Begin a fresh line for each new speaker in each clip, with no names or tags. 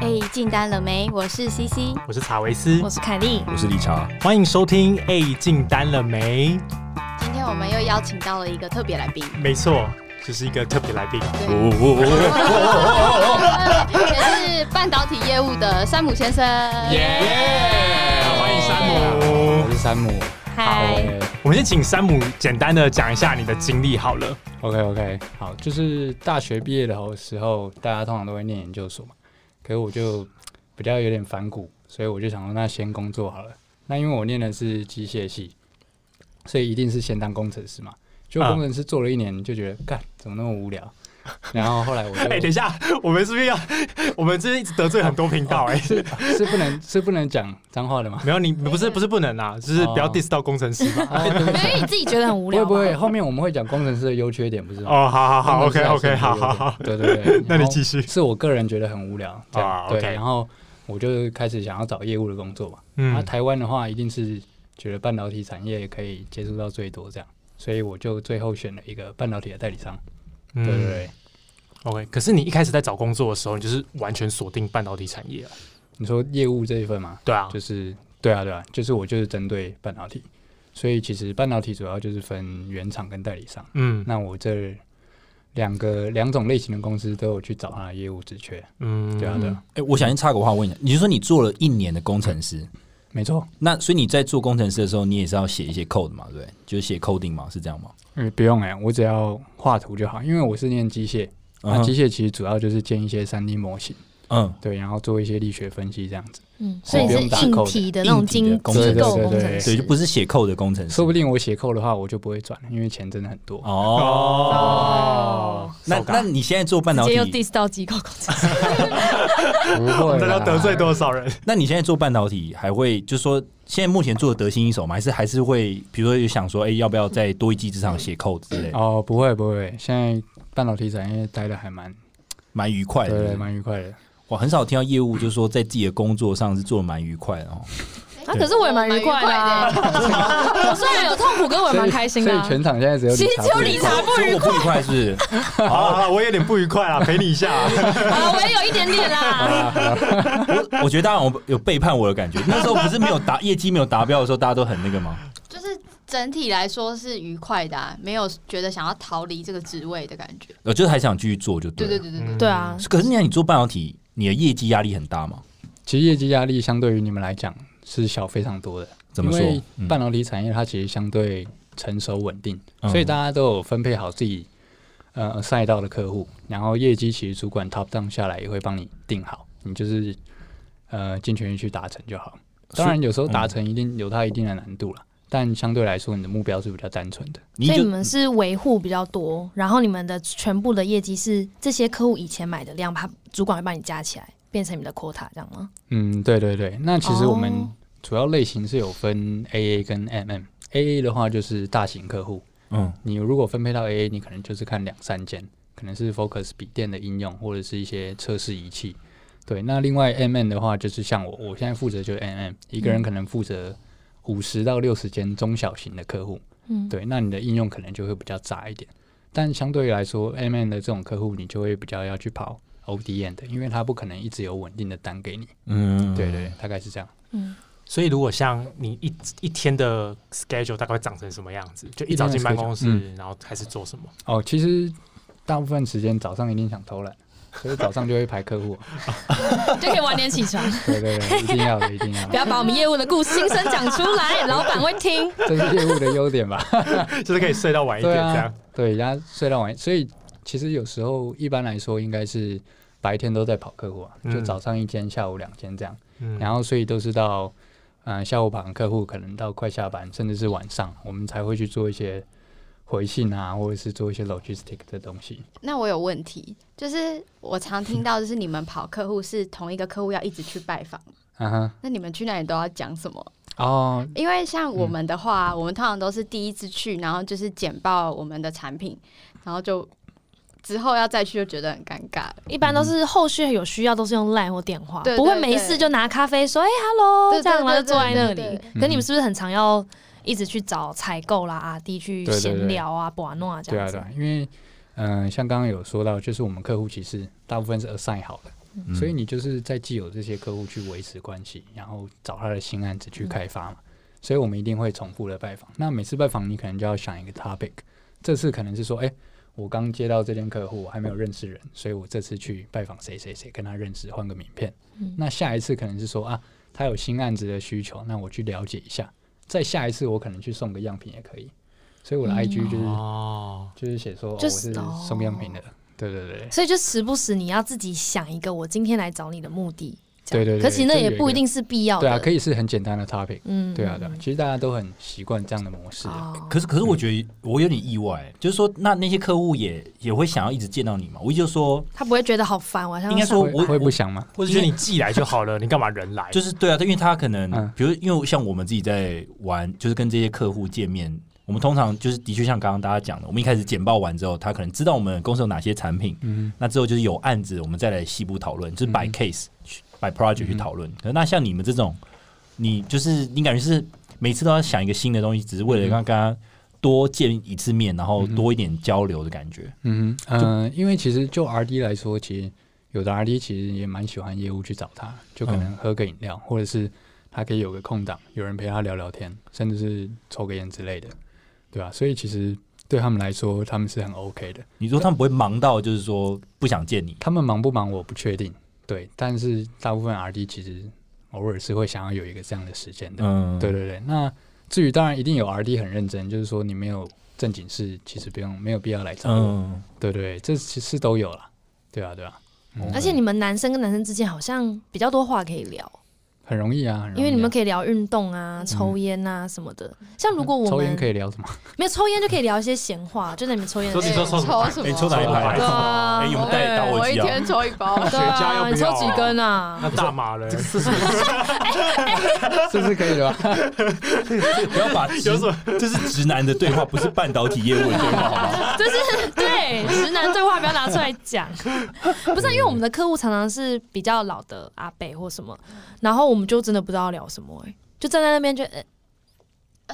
哎，进单了没？我是 CC，
我是查维斯，
我是凯莉，
我是理查。
欢迎收听。哎，进单了没？
今天我们又邀请到了一个特别来宾，
没错，这是一个特别来宾。
对，
哦哦哦
也是半导体业务的山姆先生。
耶！
欢迎山姆
我是山姆。
嗨，
我们先请山姆简单的讲一下你的经历好了。
OK OK，好，就是大学毕业的时候，大家通常都会念研究所嘛，可是我就比较有点反骨，所以我就想说，那先工作好了。那因为我念的是机械系，所以一定是先当工程师嘛。就
嗯
工程师做了一年，就觉得干、怎么那么无聊。然后后来我就
哎、等一下，我们是不是要？我们这一直得罪很多频道哎、
是是不能是不能讲脏话的吗？
没有，你不是不是不能啦，就是不要
哦
diss 到工程师嘛。
啊对不起
因哎为你自己觉得很无聊
会
吧，
不会后面我们会讲工程师的优缺点，不是 吗？
哦，好好好
工程
，OK
师
OK，
还是
好
有优
好
点
好，，
对对 对
那你
然后
继续
是我个人觉得很无聊这样
啊
对，
OK
然后我就开始想要找业务的工作嘛。那、
嗯，
台湾的话，一定是觉得半导体产业可以接触到最多这样，所以我就最后选了一个半导体的代理商。
嗯
对对对，
，OK。可是你一开始在找工作的时候，你就是完全锁定半导体产业啊？
你说业务这一份嘛，
对啊，
就是对啊对啊，就是我就是针对半导体，所以其实半导体主要就是分原厂跟代理商。
嗯
那我这两个两种类型的公司都有去找他的业务职缺。
嗯，
对啊对啊，
哎、我想先插个话问一下，你就说你做了一年的工程师，
没错。
那所以你在做工程师的时候，你也是要写一些 code 嘛，对不对？就是写 coding 嘛，是这样吗？
嗯，不用哎、我只要画图就好，因为我是念机械，那
嗯
机械其实主要就是建一些三 D 模型，
嗯，
对，然后做一些力学分析这样子。
嗯，所以
哦不
是
用打
硬
code
体的那种
硬体的
精
工
机
程
构
师
工
对对
程师，
对，就不是写 code 的工程师，
说不定我写扣的话，我就不会转了，因为钱真的很多。
哦。
哦，
那
手感
那你现在做半
直
导
接又
体，
diss 到机构工
哎
程师，
不 会
这要
啦，
得罪多少 人？
那你现在做半导体还会就是说，现在目前做的得心应手吗？还是还是会，比如说有想说，哎、要不要再多一技之长写 code 之类的，
哦，不会不会，现在半导体产业待的还蛮
蛮愉快
对
的。
对，
对不对
蛮愉快的。
我很少听到业务就是说在自己的工作上是做的蛮愉快的哦。
啊，可是我也蛮愉快的啊，我 虽然有痛苦，跟我也蛮开心的
所以
啊，
全场现在只有
其实
理查
只有
不
理
愉快
查不
所以
愉
我
快
不愉快是不是？
好好，我有点不愉快啊，陪你一下啊。
啊，我也有一点点啦，
我我觉得大家有有背叛我的感觉。那时候不是没有达业绩没有达标的时候，大家都很那个吗？
就是整体来说是愉快的、啊，没有觉得想要逃离这个职位的感觉。
我呃就是还想继续做就对
对
了。
对对对
嗯
对，
对啊，
可是你看你做半导体，你的业绩压力很大嘛？
其实业绩压力相对于你们来讲是小非常多的，
怎么说
因为
嗯
半导体产业它其实相对成熟稳定，
嗯
所以大家都有分配好自己呃赛道的客户，然后业绩其实主管 top down 下来也会帮你定好，你就是呃尽全力去达成就好。当然有时候达成一定有它一定的难度了，但相对来说你的目标是比较单纯的。
你
所以
就
你们是维护比较多，然后你们的全部的业绩是这些客户以前买的量，他主管会帮你加起来，变成你们的 quota 这样 吗？
嗯，对对对，那其实我们
哦
主要类型是有分 AA 跟 MM。AA 的话就是大型客户，
嗯
你如果分配到 AA，你可能就是看两三间，可能是 Focus 笔电的应用或者是一些测试仪器。对，那另外 MM 的话，就是像我，我现在负责就是 MM，一个人可能负责五十到六十间中小型的客户。
嗯，
对，那你的应用可能就会比较杂一点，但相对来说，MM 的这种客户，你就会比较要去跑 ODM 的，因为它不可能一直有稳定的单给你。
嗯，
对对，大概是这样。
所以，如果像你一一天的 schedule 大概会长成什么样子？就一早进办公
一
室，
天
然后开始做什么？
哦，其实大部分时间早上一定想偷懒，所以早上就会排客户啊。
就可以晚点起床，
对对对，一定要的，一定要
不
的，
要把我们业务的故事心声讲出来，老板会听。
这是业务的优 点吧？
就是可以睡到晚一点
对
这
啊
样。，
对，人家睡到晚，所以其实有时候一般来说应该是白天都在跑客户啊，就
嗯
早上一间，下午两间这样，
嗯，
然后所以都是到嗯、呃下午盘客户可能到快下班，甚至是晚上，我们才会去做一些回信啊，或者是做一些 logistic 的东西。
那我有问题，就是我常听到，就是你们跑客户是同一个客户要一直去拜访，
啊哈，
那你们去那里都要讲什么？
哦，
因为像
嗯
我们的话，我们通常都是第一次去，然后就是简报我们的产品，然后就之后要再去就觉得很尴尬了。
一般都是后续有需要都是用 LINE 或电话，
对对
不会没事就拿咖啡说哎、hello
对对
这样，然后就坐在那
对对
里
对。
对
可你们是不是很常要一直去找采购啦、阿弟去
对对对
闲聊啊、把诺啊这
对
样
啊，
子
对？啊，因为嗯、像刚刚有说到，就是我们客户其实大部分是 assign 好的，
嗯
嗯
所以你就是在既有这些客户去维持关系，然后找他的新案子
嗯
去开发嘛。所以我们一定会重复的拜访。那每次拜访，你可能就要想一个 topic。这次可能是说，哎、我刚接到这间客户，我还没有认识人，所以我这次去拜访谁谁谁，跟他认识，换个名片。
嗯
那下一次可能是说啊，他有新案子的需求，那我去了解一下。再下一次，我可能去送个样品也可以。所以我的 IG 就是、
哦，
就是写说、哦、
嗯就
我
是
是送样品的，对对对。
所以就时不时你要自己想一个我今天来找你的目的，这样
对对对
可其实那
这有
也
一个
不一定是必要的，
对啊，可以是很简单的 topic，
嗯，嗯，
对啊，对啊，其实大家都很习惯这样的模式啊。
哦
可是，可是我觉得我有点意外，就是说，那那些客户也也会想要一直见到你嘛？我就说，
他不会觉得好烦，晚上
应该说
会
我
会
我
不想吗？
或者觉得你寄来就好了，你干嘛人来？
就是对啊，因为他可能，
嗯
比如因为像我们自己在玩，就是跟这些客户见面，我们通常就是的确像刚刚大家讲的，我们一开始简报完之后，他可能知道我们公司有哪些产品，
嗯
那之后就是有案子，我们再来细部讨论，就是
嗯
by case 去 by project 去
嗯
讨论。可是那像你们这种，你就是你感觉是每次都要想一个新的东西，只是为了
嗯
让大家多见一次面，然后
嗯
多一点交流的感觉。
嗯嗯、呃因为其实就 R D 来说，其实有的 R D 其实也蛮喜欢业务去找他，就可能喝个饮料，或者是他可以有个空档，有人陪他聊聊天，甚至是抽个烟之类的，对吧、所以其实对他们来说，他们是很 OK 的。
你说他们不会忙到就是说不想见你？
他们忙不忙我不确定，对，但是大部分 R D 其实偶尔是会想要有一个这样的时间的。
嗯，
对对对，那至于当然一定有 R D 很认真，就是说你没有正经事，其实不用没有必要来找我。
嗯，
对对对，这其实都有啦，对啊对啊，嗯
而且你们男生跟男生之间好像比较多话可以聊，
很容易啊，很容易啊
因为你们可以聊运动啊、抽烟啊什么的。像如果我们
嗯抽烟可以聊什么？
没有抽烟，就可以聊一些闲话，就在你们抽烟的
说
时
你
候。
说
哎
抽什
抽
么牌
什么？
哎抽哪一
牌
对啊
哎有没有带打火机啊
我一天抽一包。
对
雪茄要
啊，
不要
你抽几根
那
啊？
大马人
这是可以的吧？
不要把
有
直
什么
这是直男的对话，不是半导体业务的对话，好吗？
就是对直男对话不要拿出来讲，不是啊、因为我们的客户常常是比较老的阿伯或什么，然后我们就真的不知道聊什么、哎，就站在那边就，呃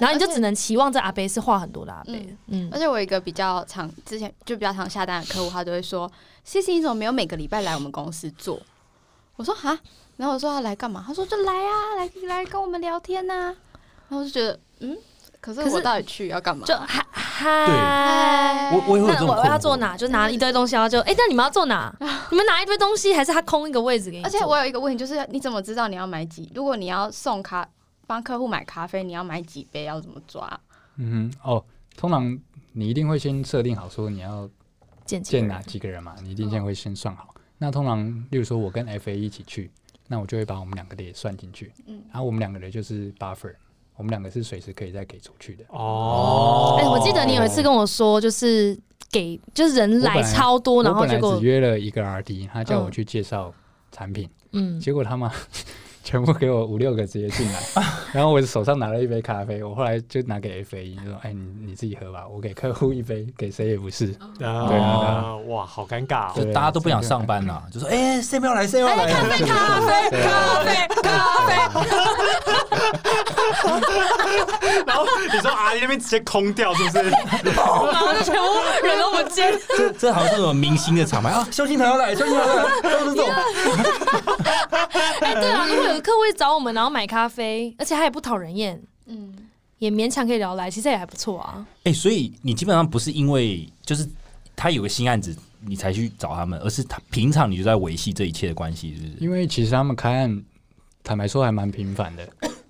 然后你就只能期望这阿伯是话很多的阿伯，嗯
而且我有一个比较常之前就比较常下单的客户，他都会说：“C C，你怎么没有每个礼拜来我们公司做？”我说：“哈。”然后我说：“他来干嘛？”他说：“就来啊，来来跟我们聊天呐、然后我就觉得，嗯，可是
可是
我到底去要干嘛？哎
就嗨嗨，
我我也会有这
那
种
我
困
要
惑
坐哪？就拿一堆东西，然后就哎、那你们要坐 哪？你们拿一堆东西，还是他空一个位置给你
而
坐？
且我有一个问题，就是你怎么知道你要买几？如果你要送咖帮客户买咖啡，你要买几杯？要怎么抓？
嗯哼，哦，通常你一定会先设定好说你要
见
见哪几个人嘛，你一定先会先算好。那通常，例如说我跟 FA 一起去，那我就会把我们两个的也算进去，啊
嗯
然后我们两个的就是 buffer，我们两个是随时可以再给出去的。
哦
哎、我记得你有一次跟我说，就是给就是人
我
来
本来
超多，然
我
后
本
结
来
果
只约了一个 RD，他叫我
嗯
去介绍产品，
嗯，
结果他妈 全部给我五六个直接进来，然后我手上拿了一杯咖啡，我后来就拿给 FA，就说：“哎，你你自己喝吧，我给客户一杯，给谁也不是。
嗯
对啊对
啊，哇，好尴尬
就
哦，
对
大家都不想上班啦，就说哎，谁没有来？谁没有
哎
来？
对”咖啡，咖啡，
然后你说阿姨那边直接空掉，是不是？
然后就全部人都不见，
这这好像是什么明星的厂牌啊？萧敬腾要来，萧敬腾要来，都是这种。
哎、对啊，如果有客户会找我们，然后买咖啡，而且他也不讨人厌，
嗯，
也勉强可以聊来，其实也还不错啊。
哎，所以你基本上不是因为就是他有个新案子你才去找他们，而是他平常你就在维系这一切的关系，是不是？
因为其实他们开案，坦白说还蛮频繁 的，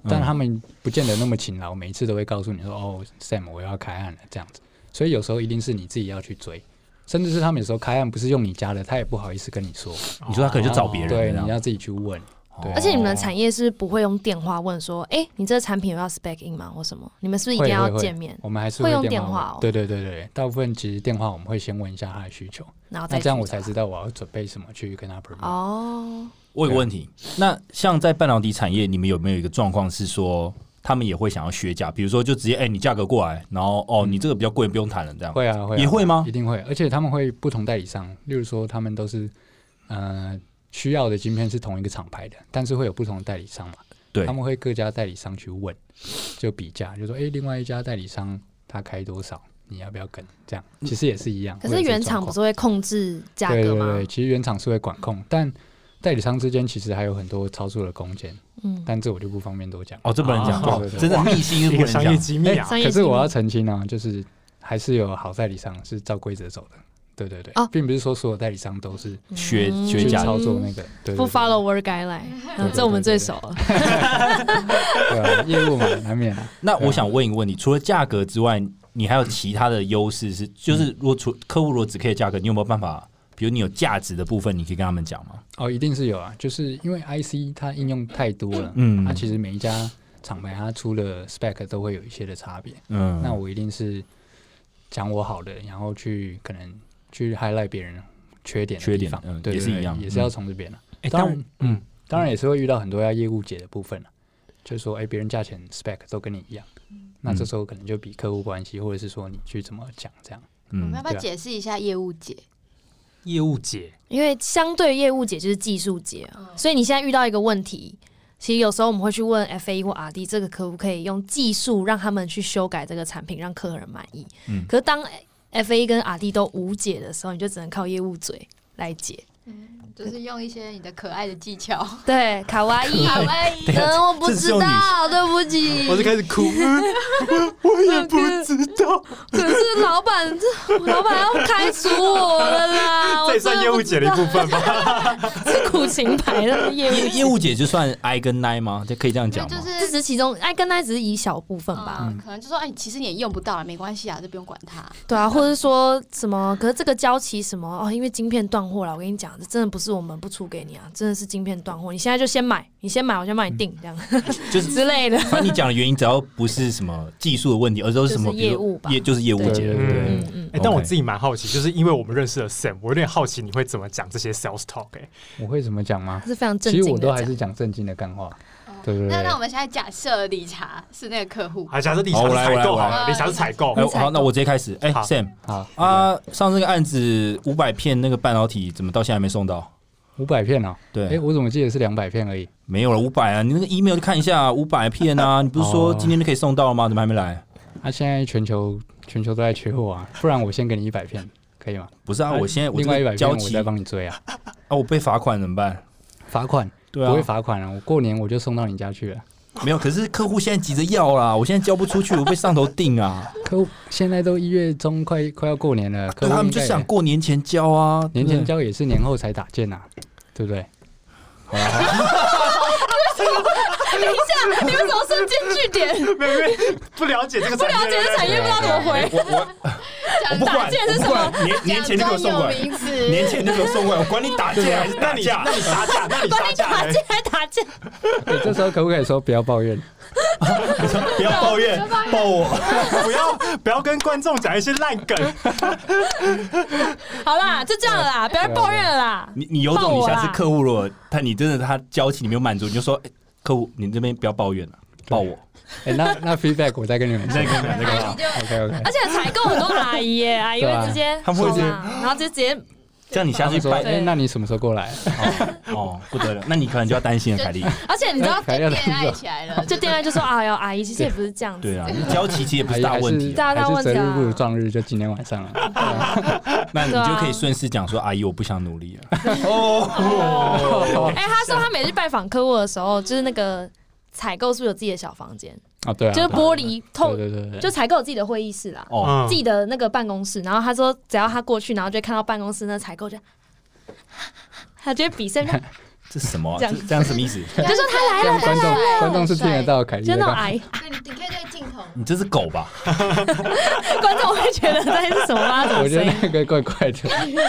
但
嗯
他们不见得那么勤劳，每一次都会告诉你说：“哦，Sam，我要开案了。”这样子，所以有时候一定是你自己要去追，甚至是他们有时候开案不是用你家的，他也不好意思跟你说，
你说他可能就找别人
哦对，
这样
你要自己去问。对
而且你们的产业是不会用电话问说，哎、你这个产品有要 spec in 吗，或什么？你们是不是一定
会
要
会会
见面，
我们还是
会用
电
电话哦
对对对对，大部分其实电话我们会先问一下他的需求，
然后再
那这样
去
我
找
才
他
知道我要准备什么去跟他 p r o m o
哦。
我有个问题，那像在半导体产业，你们有没有一个状况是说，他们也会想要削价？比如说，就直接哎、你价格过来，然后哦，你这个比较贵，不用谈了，这样。
嗯会啊会啊，
也会吗
一定会，而且他们会不同代理商，例如说他们都是呃需要的晶片是同一个厂牌的，但是会有不同的代理商嘛，
对
他，们会各家代理商去问，就比价，就说哎、诶另外一家代理商他开多少，你要不要跟？这样其实也是一样。
可
会
是
有这
原
种
厂
状
不
况
是会控制价
对
格
对
吗
对，？其实原厂是会管控，但代理商之间其实还有很多操作的空间，
嗯，
但这我就不方便多讲。
哦，这不能讲，
啊
哦
对对对
真的秘辛是
一
不
个
能
商业
讲。
机密啊，
商业
可
机
是我
密
要澄清呢、就是还是有好代理商是照规则走的。对对对，
哦
并不是说所有代理商都是
学
嗯
学
去
假假
操作那个，对对
不
对
follow word guideline，嗯这我们最熟了。
对啊业务嘛，难免啊。
那我想问一个问题，除了价格之外，你还有其他的优势是？就是如果除客户如果只 care 价格，你有没有办法？比如你有价值的部分，你可以跟他们讲吗？
哦，一定是有啊，就是因为 IC 它应用太多了，
嗯
啊
它其实每一家厂牌它出的 spec 都会有一些的差别。
嗯
那我一定是讲我好的，然后去可能去 highlight 别人缺点的
缺
地
点
方
嗯
对
也
对
是一
对
样
也是
嗯
要从这边了。
哎
当
但
然，嗯，当然也是会遇到很多要业务解的部分了，就是说，哎，别人价钱 spec 都跟你一样，
嗯
那
嗯
这时候可能就比客户关系，或者是说你去怎么讲这样。
我们
嗯
要不要
对啊
解释一下业务解？
业务解
因为相对业务解就是技术解啊，所以你现在遇到一个问题，其实有时候我们会去问 FA 或 RD，这个可不可以用技术让他们去修改这个产品，让客人满意？
嗯
可是当 FA 跟 RD 都无解的时候，你就只能靠业务嘴来解。
就是用一些你的可爱的技巧。
对，卡哇 伊，
好哎，
等一下
嗯，我不
这是
知
用女
道，对不起，
我就开始 哭，我也不知道，
可是老板，这老板要开除我 了啦！
这
啊我
也
真
算
的
业务
不
解
知
的一
道
部分吧。
是苦情牌的业务
业业务姐就算 I 跟 N 吗？这可以这样讲吗
就？
这只
是
是其中，哎，跟他只是一小部分吧。
嗯，可能就说哎，其实你也用不到了，没关系啊，就不用管它。
对啊，或者说什么？可是这个交期什么哦，因为晶片断货了。我跟你讲，这真的不是我们不出给你啊，真的是晶片断货。你现在就先买，你先买，我先帮你定，这样
嗯 就是
之类的。
反正你讲的原因，只要不是什么技术的问题，而都是什么
就是
比如
业务吧
业就是业务
对
姐。
对对对
嗯嗯，
哎但我
OK
自己蛮好奇，就是因为我们认识了 Sam，我有点好奇你会怎么讲这些 sales talk 哎。
我会怎么 讲吗？
是非常
其
正
实
经
我
的
都还
讲
是讲正经的干话
哦，
对对对。
那那我们现在假设理查是那个客户，
啊，假设理查是
好我来
采购
我来
我
好了，
来
理查是采购
哎，
采购
好，那我直接开始。哎
好
，Sam
好，
啊，上次那个案子五百片那个半导体，怎么到现在还没送到？
五百片哦，哎，
对，
我怎么记得是两百片而已？
没有了五百啊！你那个 email 看一下，五百片 啊！你不是说
哦
今天就可以送到了吗？怎么还没来？
啊，现在全球全球都在缺货啊，不然我先给你一百片，可以吗？
不是啊，
啊
我现在我
另外一
这
百
个
片
交
我
期
再
啊，
帮你追啊，
我被罚款怎么办？
罚款
对
不会
啊，
罚款啊，我过年我就送到你家去了。
没有。可是客户现在急着要啦，我现在交不出去，我被上头定 啊。
客户现在都一月中快快要过年了，客
对，
户
他们
应该
就
也
想过年前交啊，对
年
不对
前。交也是年后才打件呐、啊，对不对？
好啦好啦
等一下，你为什么瞬间据点？
没有，因为不了解这个产业，
了解这产业不知道怎 么回。
我 我我不管，
打架是
我不管年年前就给我送过来，
名词，
年前就给我送过来，我管你打架
啊
还是
那
打
你
架
那，你杀价，那你杀价
打
哎
架，还打架，
对这时候可不可以说不要抱怨？
不要抱
啊
怨，抱我。
不要不要跟观众讲一些烂梗，
好啦，就这样了啦，
啊
不要再抱怨了啦。
你你有
抱
种，你
我啊
下次
啦
客户如果他你真的他交期你没有满足，你就说，哎客户你这边不要抱怨了，抱我。
哎、那那 feedback 我再跟你们
再
说。
跟你讲这个
你就
OK OK，
而且采购很多阿 姨耶，阿姨
对
会
啊
直接
他们会
好
直接
啦然后就直接
这样你下次
他们
去
说，
拜
哎、那你什么时候过来？
哦，不得了，那你可能就要担心 了，凯莉。
而且 你知道，
还要
恋爱起来了，
就店员就说：“哎呦，阿姨，其实也不是这样子。”
对啊，你交期其实也不
还
是
是
大
还
问
是
题，
大家
还
问
是
题啊
择日不如撞日，就今天晚上了。
那你
对啊
就可以顺势讲说，阿姨我不想努力了。
哦
哎、他说他每次拜访客户的时候，就是那个采购是不是有自己的小房间？
啊，对啊，
就是玻璃透，
对对嗯对对，
就采购有自己的会议室啦，
哦，
嗯
自己的那个办公室。然后他说，只要他过去，然后就会看到办公室那采购就， 他就会 比身，就
这是什么啊？
这样
这这样什么意思？
说他来
这样
了，
观众观众是听得
帅
到凯莉
就
的
那种
吧。
哎，
对你你可以对镜头，
你这是狗吧？
观众会觉得这是什么发
我
生
觉
声
得
音，
那个怪怪的，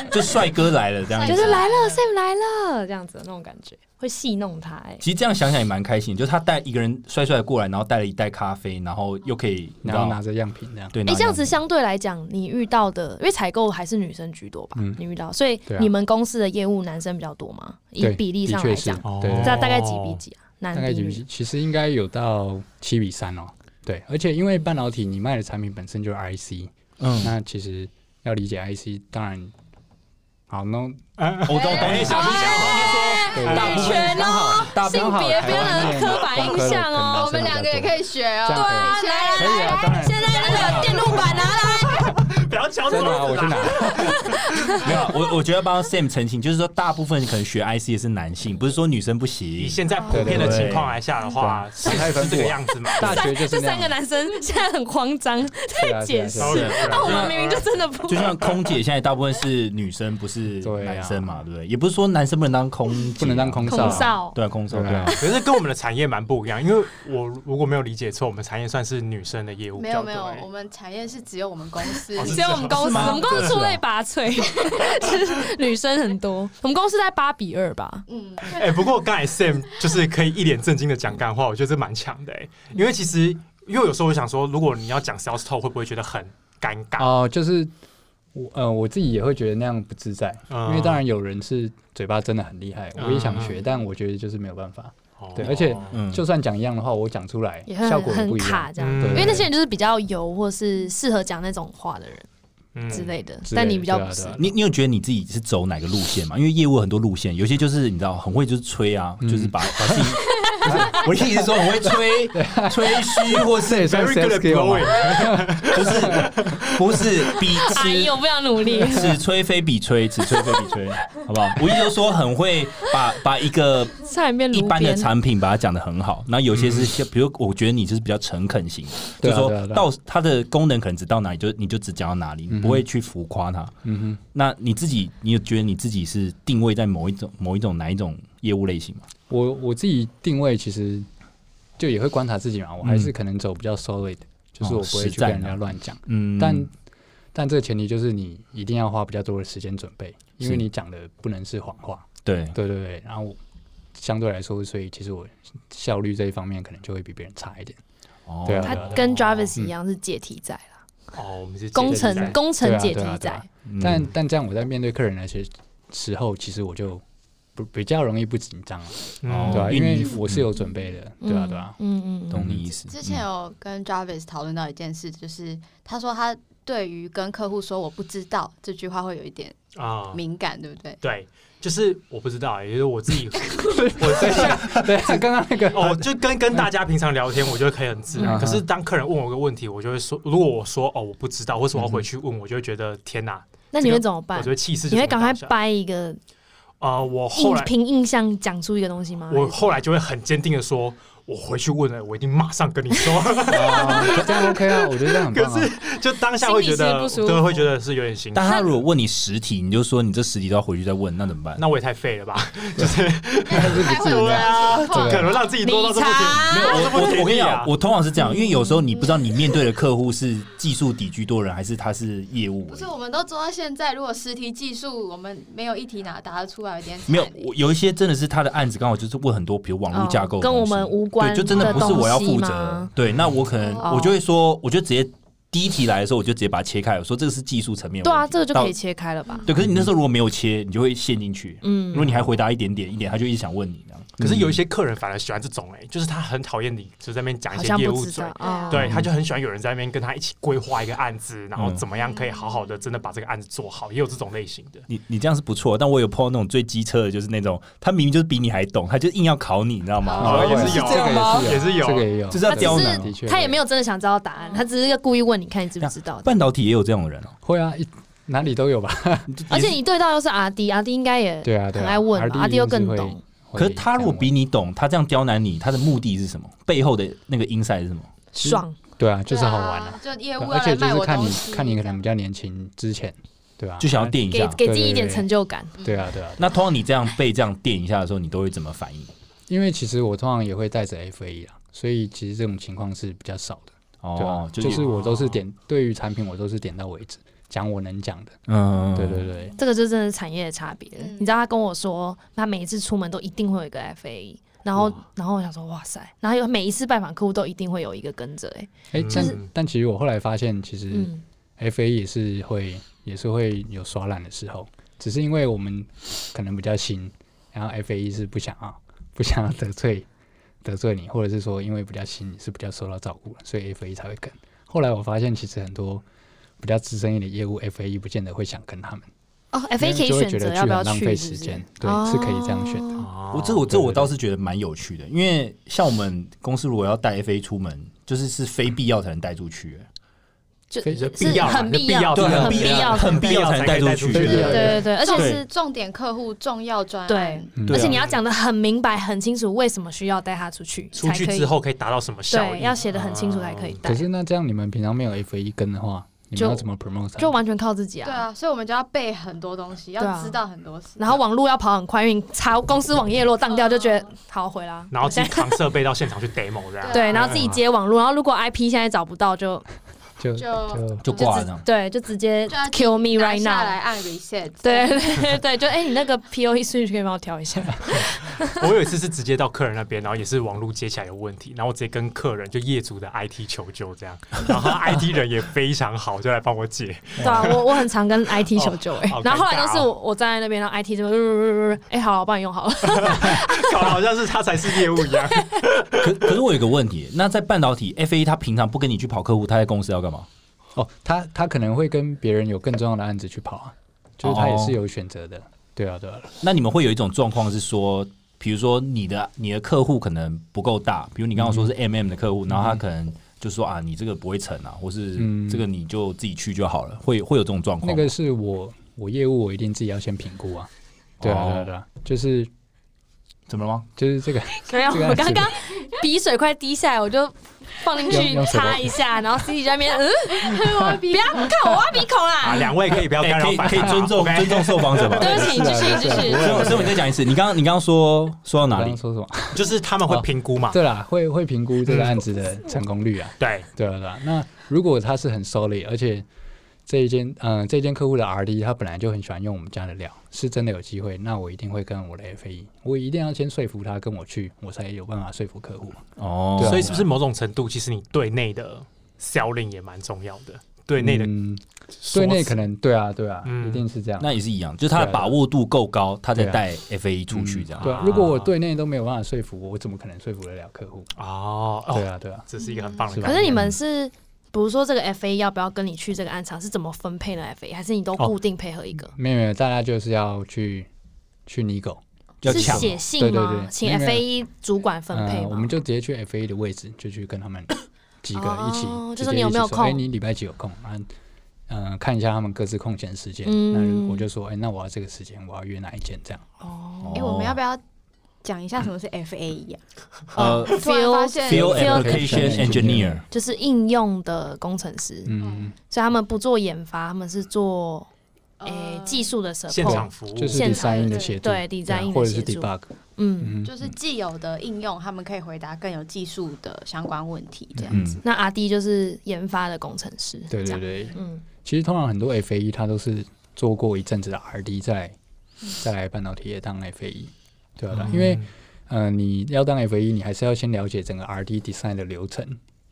就帅哥来了这样
就
子。
是来了，Sam 来了，这样子的那种感觉，会戏弄他、哎，
其实这样想想也蛮开心，就是他带一个人帅帅的过来，然后带了一袋咖啡，然后又可以，你知
然后
道
拿着样品这样。
对，
哎、
拿
这样子相对来讲，你遇到的，因为采购还是女生居多吧？
嗯
你遇到，所以
对啊
你们公司的业务男生比较多吗？以
对
比例
的
上
确
来
是
讲，，
对
哦
对
这大概几比几啊？男
大概
比
就
女
是其实应该有到七比三哦。对，而且因为半导体你卖的产品本身就是 IC，、
嗯，
那其实要理解 IC，当然好，那
哦我懂懂你想
哎
你想，
对
大
哎女
部分
权哦，
大部
性
分好
别不要
台湾
有刻板印象哦。
我们两个也可以学
这
哦
样。
对啊，
对
来
可以
来
啊，
来，
当然
现在那个电路板拿来，
不要敲
真的啊，我 去拿。
没有啊，我我觉得帮 Sam 澄清，就是说大部分可能学 IC 的是男性，不是说女生不
以
行。
现在普遍的情况来下的话，是
对对对
是这个样子嘛？
大学就是
这
那
三个
样，
男生现在很慌张在解释，
对啊对啊
对啊
哦但我们明明就真的不
就像空姐现在大部分是女生，不是
对啊
男生嘛，对不对？也不是说男生不能当空姐，啊
不能当空
空
少，
少，
对啊，空少
对
对啊
啊，
可是跟我们的产业蛮不一样，因为我如果没有理解错，我们产业算是女生的业务比
没
较
有
多。
没有，我们产业是只有我们公司
哦。是
只有我们公司，我们公司出类拔萃， 就是女生很多。我们公司在八比二吧，
嗯，
哎、不过刚才 Sam 就是可以一脸正经的讲干话，我觉得这蛮强的哎、因为其实因为有时候我想说，如果你要讲 sales talk，会不会觉得很尴尬？
哦，就是我呃我自己也会觉得那样不自在，
嗯
因为当然有人是嘴巴真的很厉害，
嗯
我也想学，但我觉得就是没有办法。
哦
对而且
嗯，
就算讲一样的话，我讲出来
也很
效果也
很
不一
卡
样。
这样。
嗯
因为那些人就是比较油或是适合讲那种话的人
嗯
之，类的，
之类的
但你比较
对啊
不是
对啊。
你你有觉得你自己是走哪个路线吗？因为业务有很多路线，有些就是你知道很会就是吹啊，
嗯
就是把把自己， 不是我的意思是说很会 吹吹嘘，或
这也
是
算
Very
sales
good at
skill 嘛
blowing，
不是不是比
阿姨，
吃
我不想努 力。
此吹非彼吹，此吹非彼吹，好不好？我意思是说很会把把一个
差点变
一
炉
般的
边。
产品把它讲的很好，然后有些是像，比如我觉得你就是比较诚恳型，就
嗯对
是
啊对啊
说
对啊
到它的功能可能只到哪里，就你就只讲到哪里，你
嗯哼
不会去浮夸它。
嗯哼，
那你自己，你有觉得你自己是定位在某一种某一种哪一种业务类型吗？
我我自己定位其实就也会观察自己嘛，我还是可能走比较 solid，就是我不
嗯
会
实
去跟
战
人
啊
家乱讲。
嗯，
但但这个前提就是你一定要花比较多的时间准备，因为
是
你讲的不能是谎话。
对，
对对对，然后我相对来说，所以其实我效率这一方面可能就会比别人差一点。
哦
对啊
他跟 Jarvis 一样是解题仔啦，
哦，我们是
工
姐
程
姐
工程解题
对啊对
仔
啊。
嗯
但但这样我在面对客人的些时候，其实我就不比较容易不紧张了，
嗯
哦
对吧、
运
因为
营
我是有准备的，
嗯
对啊？对啊？
嗯嗯嗯，
懂你意思。
之前有跟 Jarvis 讨论到一件事，就是他说他对于跟客户说我不知道这句话会有一点
哦
啊，
敏感，对不 对？
对，就是我不知道，也就是我自己，我在
对啊，刚刚那个
哦，就跟跟大家平常聊天，我觉得可以很自然。
嗯
可是当客人问我个问题，我就会说，如果我说哦我不知道，或
嗯
是我要回去问，我就会觉得天哪，
那你会怎么
我
办
觉？得气势就
你会
这
赶
么
快
当下
掰一个
啊、我后
印
来
凭印象讲出一个东西吗？
我后来就会很坚定的说，我回去问了，我一定马上跟你 说。
哦这样 OK 啊，我觉得这样很棒
可
啊
是。就当下会觉
心里是
得
不舒服
对，会觉得是有点心
但他如果问你十题，你就说你这十题都要回去再问，那怎么办？
那我也太废了吧？
太会
对啊，
这样
可能让自己多到这么
理查
点，没有
我
这么
我
甜
跟你
蜜啊
讲，我通常是这样，因为有时候你不知道你面对的客户是技术底居多人，还是他是业务
不
而已。
是，我们都做到现在，如果十题技术我们没有一题拿答得出来，有点惨啊
没有，我有一些真的是他的案子，刚好就是问很多，比如网络架构
哦
的
跟我
东西
们无关
对，就真的不是我要负
的东西吗
责。对，那我可能
哦
我就会说，我就直接第一题来的时候，我就直接把它切开，我说这个是技术层面。
对啊，这个就可以
到。
切开了吧？
对，可是你那时候如果没有切，你就会陷进去。如果
嗯，
你还回答一点点一点，他就一直想问你这样。
可是有一些客人反而喜欢这种、哎，就是他很讨厌你，就在那边讲一
好
些
像
业
不
务
知
嘴
道。啊。
对，他就很喜欢有人在那边跟他一起规划一个案子，然后
嗯
怎么样可以好好的真的把这个案子做好，也有这种类型的。
你你这样是不错，但我有碰到那种最机车的，就是那种他明明就是比你还懂，他就硬要考你，你知道吗？
哦也是有
这个
也是有
这个也有，
就是要
他只
刁难
的
是
确
他也没有真的想知道答案，他只是要故意问你看你知不知道。
半导体也有这种人哦，
会啊，一哪里都有吧。
而且你对到又是阿弟，阿弟应该也
对啊，对啊，
很爱问吧，阿
阿
弟又更懂。。
可是他如果比你懂，他这样刁难你，他的目的是什么？背后的那个 inside 是什么？
爽。
对啊，就是好
对
玩
啊，就业务要
对而且
来
就
卖
是
我
看
东
你
西，
看你可能比
这样
较年轻之前，对吧、
就想要垫一
给
下。
给自己一
对对
点
对
成就感，
对啊，对啊，
那通常你这样被这样垫一下的时候，你都会怎么反应？
因为其实我通常也会带着 FAE 啦，啊所以其实这种情况是比较少的，对啊
哦，
就是是我都是点对于产品我都是点到为止，讲我能讲的，
嗯，
对对对，
这个就真的是产业的差别了。
嗯
你知道他跟我说，他每一次出门都一定会有一个 FAE，然后然后我想说哇塞，然后有每一次拜访客户都一定会有一个跟着哎、
哎、
嗯
但、
就是
但其实我后来发现，其实
嗯，
FAE 也是会也是会有耍懒的时候，只是因为我们可能比较新，然后 FAE 是不想要不想要得罪得罪你，或者是说因为比较新你是比较受到照顾的，所以 FAE 才会跟。后来我发现其实很多比较资深一点的业务 FAE 不见得会想跟他们，
哦
因为
，FA 可以
就会觉
选
得
择
剧
要
很
不要
浪
去，
费
是不
时
是
间，对，是可以这样选的。
哦
我这我这我
对对
倒是觉得蛮有趣的，因为像我们公司如果要带 FA 出门，就是是非必要才能带出去，
就
非
是
必要啊
很
这
必
必要
对
这
很
很
必
必要，
很必要才能带出
很
去。
必要才可以带出去
对对对，而且
对
是
重点客户、重要专案，
对，
对
嗯
而
啊
且你要讲的很明白、很清楚，为什么需要带他出去，
出去
才可以
之后可以达到什么效
对，
益？啊
要写的很清楚才可以带
可，是那这样你们平常没有 F 一跟的话，你
就
们要怎么 promote？它
就完全靠自己
对啊，所以我们就要背很多东西，
对
要
啊
知道很多事。
然后网路要跑很快，因为你查公司网页如果当掉，就觉得
嗯
好回啦。
然后
我
自
现
己扛设备到现场去 demo 这样。
在对，然后自己
啊
接网路，然后如果 IP 现在找不到，就
就
就
就
就挂了这样。
对，就直接
就要
kill me
拿
right
下来
now。
按 reset，
对对 对，就哎、你那个 POE 顺序可以帮我调 一下？
我有一次是直接到客人那边，然后也是网络接起来有问题，然后我直接跟客人就业主的 IT 求救这样，然后他 IT 人也非常好，就来帮我解。
对啊，我我很常跟 IT 求救哎、
哦好尴尬
然后后来都是
哦
我我站在那边，然后 IT 就哎、好，我帮你用好了。
搞得好像是他才是业务一 样。
可可是我有一个问题，那在半导体 FA 他平常不跟你去跑客户，他在公司要干嘛？
哦，他他可能会跟别人有更重要的案子去跑啊，就是他也
哦
是有选择的。对啊，对啊，
那你们会有一种状况是说，比如说你的你的客户可能不够大，比如你刚
嗯
刚说是 MM 的客户，然后他可能就说啊，你这个不会成啊，或是
嗯
这个你就自己去就好了，会会有这种状况
那
吗。
个是我我业务我一定自己要先评估啊。对啊，
哦
对啊，对啊，就是
怎么了吗？
就是这个
没有，
这个
我刚
是
刚鼻水快滴下来，我就放进去
用用手
擦一下，然后 C D 在那边嗯，不要看 我挖鼻孔
啊，
啦。
两位可以不要
哎
干扰
哎可以
反
可以
应啊
尊重
OK
尊重受访 者吗？
对不起，
是
继
啊是
续继
啊
续
不。会
所以所以你再讲一次，你刚刚你刚刚说说到
我
哪
刚
里
刚？说什么？
就是他们会评估嘛。
对啦，会会评估这个案子的成功率啊。
对，
对啊，对啊。那如果他是很 solid，而且这一间嗯、呃这一间客户的 RD 他本来就很喜欢用我们家的料，是真的有机会，那我一定会跟我的 FE，我一定要先说服他跟我去，我才有办法说服客户嘛。
哦，
对啊
所以是不是某种程度，其实你对内的销量也蛮重要的，对内的
嗯、
说辞
对内可能对啊对啊，
嗯
一定是这样。
那也是一样，就是他的
对啊
把握度够高，他才
对啊
带 FA 出去
嗯
这样。
对啊
啊，
如果我对内都没有办法说服我，我怎么可能说服得了客户？
哦，
对
哦，
啊，对啊，
这是一个很棒的
是
概
吧
可
念。
是你们是，比如说这个 F A 要不要跟你去这个暗场，是怎么分配呢？F A 还是你都固定配合一个？
没有没有，大家就是要去去 n i g o
要
是
抢
写信吗？
对对对
请
那个呃
F A 主管分配吗？
我们就直接去 FA 的位置，就去跟他 们几个一起，
哦
直
就说
接
你有
一起
没有
说
空
哎，你礼拜几有空？啊，嗯，看一下他们各自空闲时间。
嗯
那如我就说，哎，那我要这个时间，我要约哪一间？这样
哦
哎，我们要不要讲一下什么是 FAE 啊？
呃
突然发
，field
现
field
哦 Field
application
application
engineer，
就是应用的工程师，
嗯，
所以他们不做研发，他们是做诶
呃
技术的 support，
现场服务
就是
现
design
对
的协助，
对 design
啊
的
或者是
协助
debug，
嗯。
嗯，
就是既有的应用，他们可以回答更有技术的相关问题，这样
嗯
子。，
那阿 D 就是研发的工程师，
对
这
对
样，
对。
嗯，
其实通常很多 FAE 他都是做过一阵子的 RD，再
嗯
再来半导体业当 FAE，对啊，对啊因为呃，你要当 FAE，你还是要先了解整个 RD design 的流程，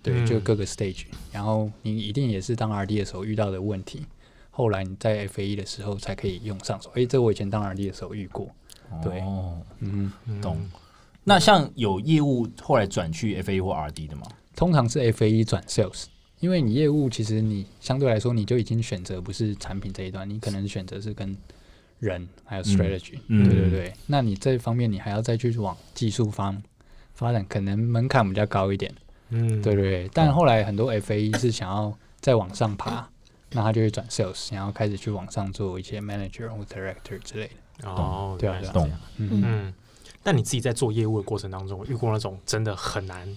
对，
嗯
就各个 stage，然后你一定也是当 RD 的时候遇到的问题，后来你在 FAE 的时候才可以用上手。诶，这我以前当 RD 的时候遇过，对
哦
嗯，
嗯
懂那像有业务后来转去 FA 或 RD 的吗？
通常是 FAE 转 sales。因为你业务其实你相对来说你就已经选择不是产品这一端，你可能选择是跟人还有 strategy，、
嗯
对对对。那你这方面你还要再去往技术方发展，可能门槛比较高一点，
嗯，
对对对。但后来很多 FAE 是想要再往上爬，那他就会转 sales，然后开始去往上做一些 manager 或 director 之类的。
哦，
对啊
原来是
懂
这样
嗯，
嗯，但你自己在做业务的过程当中，遇过那种真的很难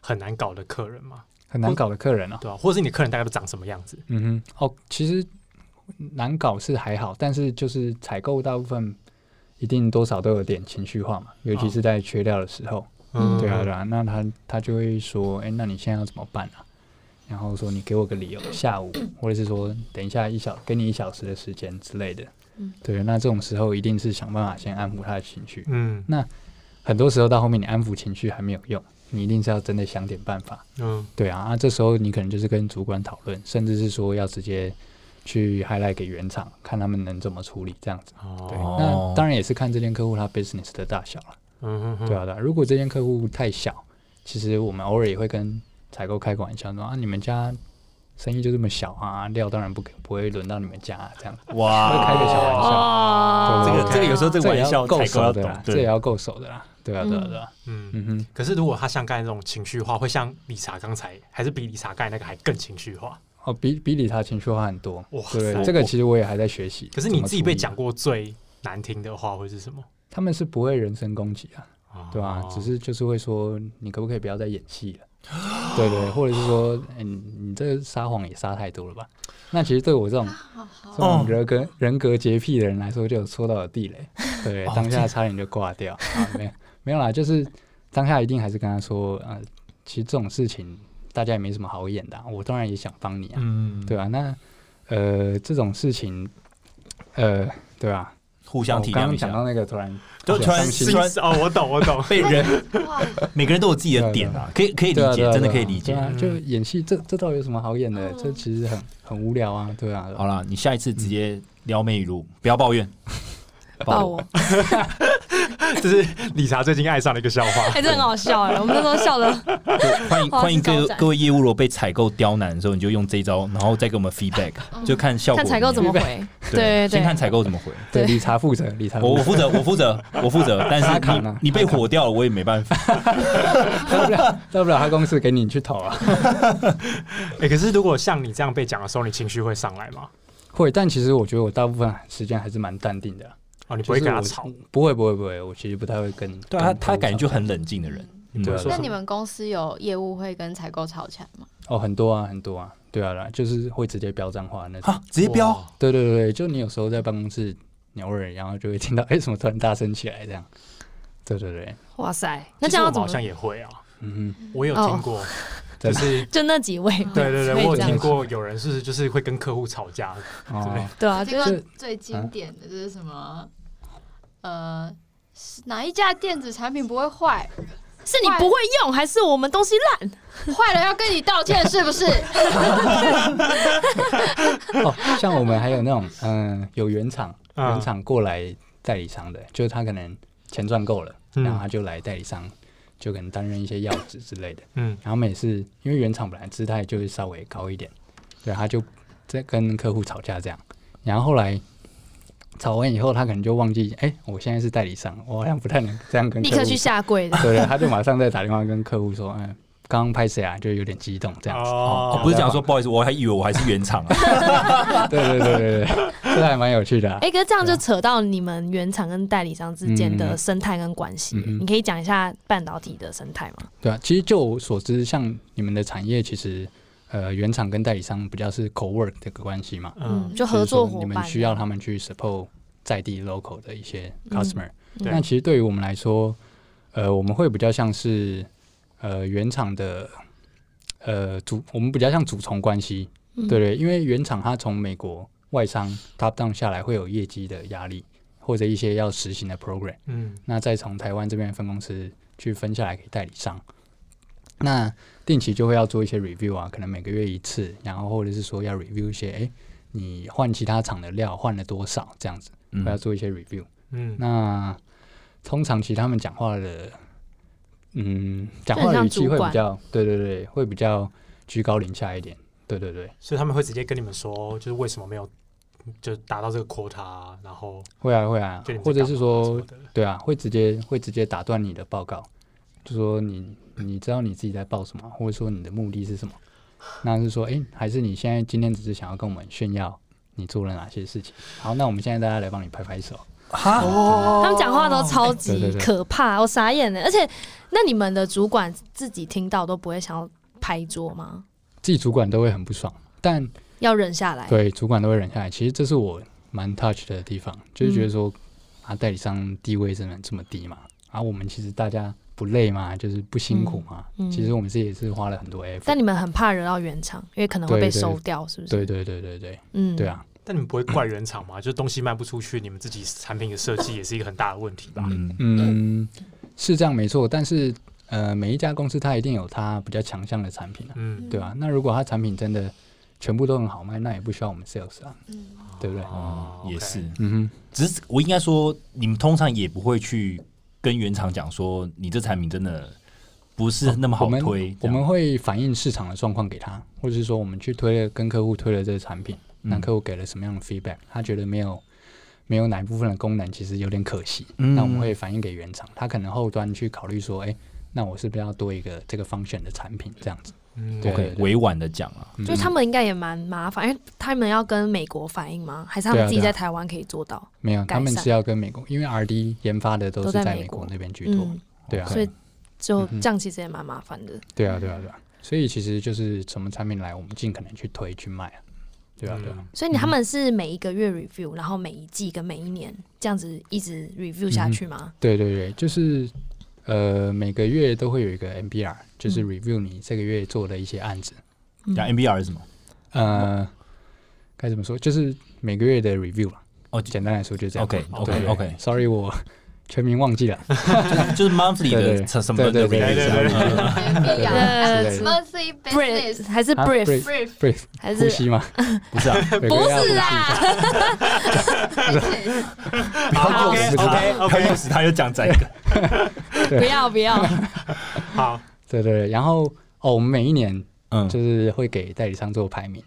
很难搞的客人吗？
很难搞的客人哦。
对吧、或者是你的客人大概都长什么样子？
嗯哼，哦，其实难搞是还好，但是就是采购大部分一定多少都有点情绪化嘛，尤其是在缺料的时候。
嗯
对啊，对啊，那他他就会说，哎、那你现在要怎么办啊？然后说你给我个理由，下午
嗯
或者是说等一下一小给你一小时的时间之类的。
嗯
对，那这种时候一定是想办法先安抚他的情绪。
嗯
很多时候到后面你安抚情绪还没有用，你一定是要真的想点办法。
嗯
对啊，啊，这时候你可能就是跟主管讨论，甚至是说要直接去 highlight 给原厂，看他们能怎么处理这样子。对，
哦，
哦
那当然也是看这间客户他 business 的大小了。
嗯嗯
对啊，对啊，如果这间客户太小，其实我们偶尔也会跟采购开个玩笑说啊，你们家生意就这么小啊，料当然不可不会轮到你们家、啊这样。
哇，
会开个小玩笑
哦，
这
对
个
对
这个有时啊候这个
这也
玩
要
笑
够
才够
熟的
懂
啦，，这也
对，
要够熟的啦，对啊，对啊，对啊，
嗯。
嗯哼，
可是如果他像刚才那种情绪化，会像理查刚才，还是比理查刚才那个还更情绪化。
哦，比比理他情绪化很多
哇，塞
对，这个其实我也还在学习。
可是你自己被讲
过，
过最难听的话会是什么？
他们是不会人身攻击啊，对吧、
哦
只是就是会说，你可不可以不要再演戏了？ 对对，或者是说，嗯、你这个撒谎也撒太多了吧？那其实对我这种
好好
这种人格、人格洁癖的人来说，就有戳到有 地雷，对，
哦
当下差点就挂掉。啊、没有没有啦，就是当下一定还是跟他说，呃，其实这种事情大家也没什么好演的啊、我当然也想帮你啊，
嗯，
对吧、那呃，这种事情，呃，对吧、哦
互相体
我刚
谅
刚
一
讲
下。
到那个，突然
就突然
伤心
突然
哦，我懂，我懂。
被人
哇，
每个人都有自己的点啊，可以可以
对啊
理解
对啊，
真的
对啊
可以理解
对。啊，
嗯
就演戏，这这到底有什么好演的？
嗯
这其实很很无聊啊，对啊。对啊
好啦，你下一次直接撩妹语录，不要抱怨。
抱我，
这是理查最近爱上了一个笑 话。
哎，这很好笑哎，我们那时候笑的，
欢迎
好
欢迎各
是
位
招展
各位业务，如果被采购刁难的时候，你就用这一招，然后再给我们 feedback，就看效果
嗯看
样。
采购怎么回，对对
先看
对，
采购怎么回。
对，
对
理查负责，理查
我
负
我
责。
负责，我负责，我负责。但
他
是
扛
你
啊
你被火掉了，我也没办法。
大不了大不了他公司给你去投啊。
哎、可是如果像你这样被讲的时候，你情绪会上来吗？
会，但其实我觉得我大部分时间还是蛮淡定的啊，
哦，你不
就
会
是
跟他
我
吵，
不会不会不会，我其实不太会跟。
对啊，
跟
他他感觉就
跟
很冷静的人。
你不会
对啊
说
那
什
你
么？
们公司有业务会跟采购吵起来吗？
哦很多啊很多啊，对啊啦，就是会直接飙脏话那种。
啊，直接飙，
哇
对对对对，就你有时候在办公室，你偶尔然后就会听到，哎，怎么突然大声起来这样？对对对，
哇塞，那
其实
这样
我
要
们
怎
好
么？
像也会啊，
嗯
我有听过，
对
就是
就那几位，
对对 对，
会
我有
这样
听过有人是就是会跟客户吵架，
哼，哦，
对啊，
这
就
个
是
最经典的就是什么？呃，是哪一家电子产品不会坏？
是你不会用，还是我们东西烂？
坏了要跟你道歉是不是？
哦，像我们还有那种，嗯、有原厂
嗯
原厂过来代理商的，就是他可能钱赚够了，
嗯
然后他就来代理商，就可能担任一些要职之类的。
嗯，
然后每次因为原厂本来姿态就会稍微高一点，对，他就在跟客户吵架这样。然后后来吵完以后，他可能就忘记，哎，我现在是代理商，我好像不太能这样跟
立
客户
刻去下跪 的，
对对，他就马上再打电话跟客户说，嗯、刚刚拍谁啊？就有点激动这样子。
哦
哦，
不是讲说不好意思，我还以为我还是原 厂啊。
对对对对对，这还蛮有趣的、啊。嗯
哎、可是这样就扯到你们原厂跟代理商之间的生态跟关系、
嗯嗯
你可以讲一下半导体的生态吗？
对啊，其实就我所知，像你们的产业，其实呃，原厂跟代理商比较是 co work 这个关系嘛，
嗯，
就合作
就是
伙
说你们，
伴
需要他们去 support 在地 local 的一些
嗯
customer、
对
那其实对于我们来说，呃，我们会比较像是呃原厂的呃主，我们比较像主从关系，
嗯
对对，因为原厂它从美国外商 top down 下来会有业绩的压力，或者一些要实行的 program。
嗯
那再从台湾这边的分公司去分下来给代理商。那定期就会要做一些 review 啊，可能每个月一次，然后或者是说要 review 一些，哎、你换其他厂的料换了多少这样子，
嗯
会要做一些 review。
嗯，
那通常其实他们讲话的，嗯，讲
就
话
很
的
像
语气会
主
比
管
较，对对对，会比较居高临下一点，对对对，
所以他们会直接跟你们说，就是为什么没有就达到这个 quota，啊然后
会啊会啊
就你，们
或者
在
是
干嘛啊什
说
么的
对啊，会直接会直接打断你的报告，就说你你知道你自己在报什么，或者说你的目的是什么？那是说，哎、还是你现在今天只是想要跟我们炫耀你做了哪些事情？好，那我们现在大家来帮你拍拍手。
哈，
他们讲话都超
哎对
级
对对
可怕，我傻眼了。而且，那你们的主管自己听到都不会想要拍桌吗？
自己主管都会很不爽，但
要忍下来，
对主管都会忍下来。其实这是我蛮 touch 的地方，就是
嗯
觉得说、啊，代理商地位真的这么低嘛？啊，我们其实大家不累嘛，就是不辛苦嘛。
嗯嗯
其实我们自己也是花了很多 effort。
但你们很怕惹到原厂，因为可能会被
对对
收掉，是不是？
对对对对对，
嗯
对，啊，
但你们不会怪原厂吗？就东西卖不出去，你们自己产品的设计也是一个很大的问题吧？
嗯，
嗯，是这样没错，但是呃，每一家公司它一定有它比较强项的产品啊，
嗯，
对吧、那如果它产品真的全部都很好卖，那也不需要我们 sales 啊，对不对？
哦
也
OK
是。
嗯
只是我应该说，你们通常也不会去跟原厂讲说，你这产品真的不是那么
哦我
好
们
推。
我们会反映市场的状况给他，或者是说我们去推了跟客户推了这个产品，那
嗯
客户给了什么样的 feedback，他觉得没有没有哪一部分的功能其实有点可惜，
嗯
那我们会反映给原厂，他可能后端去考虑说，哎、那我是不是要多一个这个 function 的产品这样子？
嗯，
对
OK 委婉的讲啊，
嗯
就是他们应该也蛮麻烦，因为他们要跟美国反映吗？还是他
对
们
啊
自己
对啊
在台湾可以做到？
没有，
改
他们
善
是要跟美国，因为 R D 研发的都
都
是
在
在
美
美国
国
那边居多，
嗯，
对啊，
所以就
嗯哼
这样其实也蛮麻烦的。
对啊，对啊，对啊，所以其实就是什么产品来，我们尽可能去推去卖啊，对
嗯
啊，
嗯
对啊，
所以你他们是每一个月 review，然后每一季跟每一年这样子一直 review 下去吗？
对对对，就是呃，每个月都会有一个 MBR，就是
嗯
review 你这个月做的一些案子。
嗯
讲 NBR 是什么？
呃，该怎么说？就是每个月的 review 啦。
哦
简单来说就这样。
OK
对
OK OK，
Sorry，我全名忘记了。
就是 monthly
对
的
对
什什么的
对对对
release 啊。
必要
呃
之类的
monthly
，brief
business
还是
啊
brief
brief
brief
还
呼
是
吸嘛，
不是啊，
不
不是啦？
啊
他
好
又 是他，
OK，OK，OK
他又是他又讲这个，
不要不要，
好，
对对对，然后哦，我们每一年
嗯，
就是会给代理商做排名。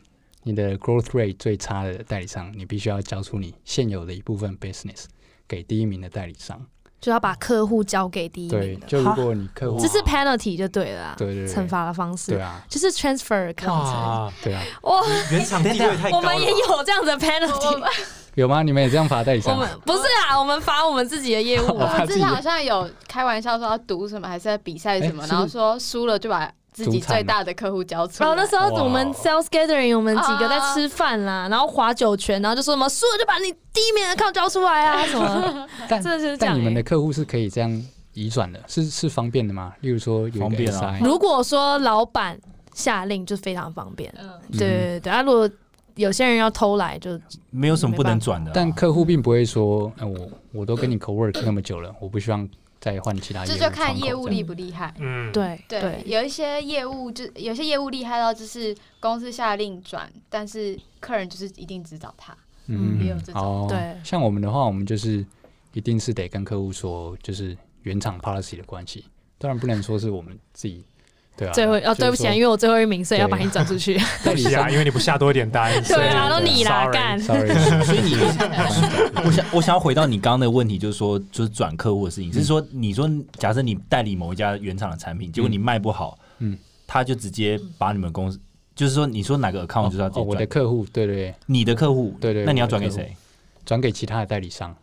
你的 growth rate 最差的代理商，你必须要交出你现有的一部分 business 给第一名的代理商。
就要把客户交给第一
对
名，的，
就如果你客户
这是 penalty 就对了啊，
对对对
惩罚的方
对
式。
啊，
就是 transfer account，
哇，
对啊，
哇，
原厂地位太高
我
了，
们也有这样的 penalty，
有吗？你们也这样罚代理
我
商？
们不是啊，我们罚我们自己的业务
我
啊，
们之前好像有开玩笑说要赌什么，还是在比赛什么，
哎是
然后说输了就把自己最大的客户交出
然
来。
后那时候
哇
我们 sales gathering，我们几个在吃饭啦，然后划九圈，然后就说什么输了就把你第一名的 account 交出来啊什么，
但
真的就是这
但
样
你们
欸
的。客户是可以这样移转的，是是方便的吗？例如说有
方
一个
便啊
SI，
如果说老板下令，就非常方便。对对对，啊，如果有些人要偷来，就
没有什么不能转的啊。
但客户并不会说，哎、我我都跟你 co work 那么久了，我不希望再换其他业务
这
啊窗
就
口这
看业务
样
厉不厉害。
嗯，
对
对，
对，
有一些业务就有些业务厉害到就是公司下令转，但是客人就是一定指导他，也有
嗯
这种。
哦，
对
像我们的话，我们就是一定是得跟客户说，就是原厂 policy 的关系，当然不能说是我们自己，对啊，
最后哦，
就是
对不起，啊，因为我最后一名，所以要把你转出去。
代
对
理
不起啊，
商
因为你不下多一点单，
对啊，
所
都
以
你啦，
sorry
干。
，sorry，
所以 你，我想我想要回到你刚刚的问题，就是说，就是转客户的事
嗯
情，是说，你说假设你代理某一家原厂的产品，结果你卖不好，
嗯
他就直接把你们公司，就是说，你说哪个 account 就是要直
哦，
接
我的
转，
客户，对对对，
你的客户，
对对
那你要
我的
转给
客户
谁？
转给其他的代理商，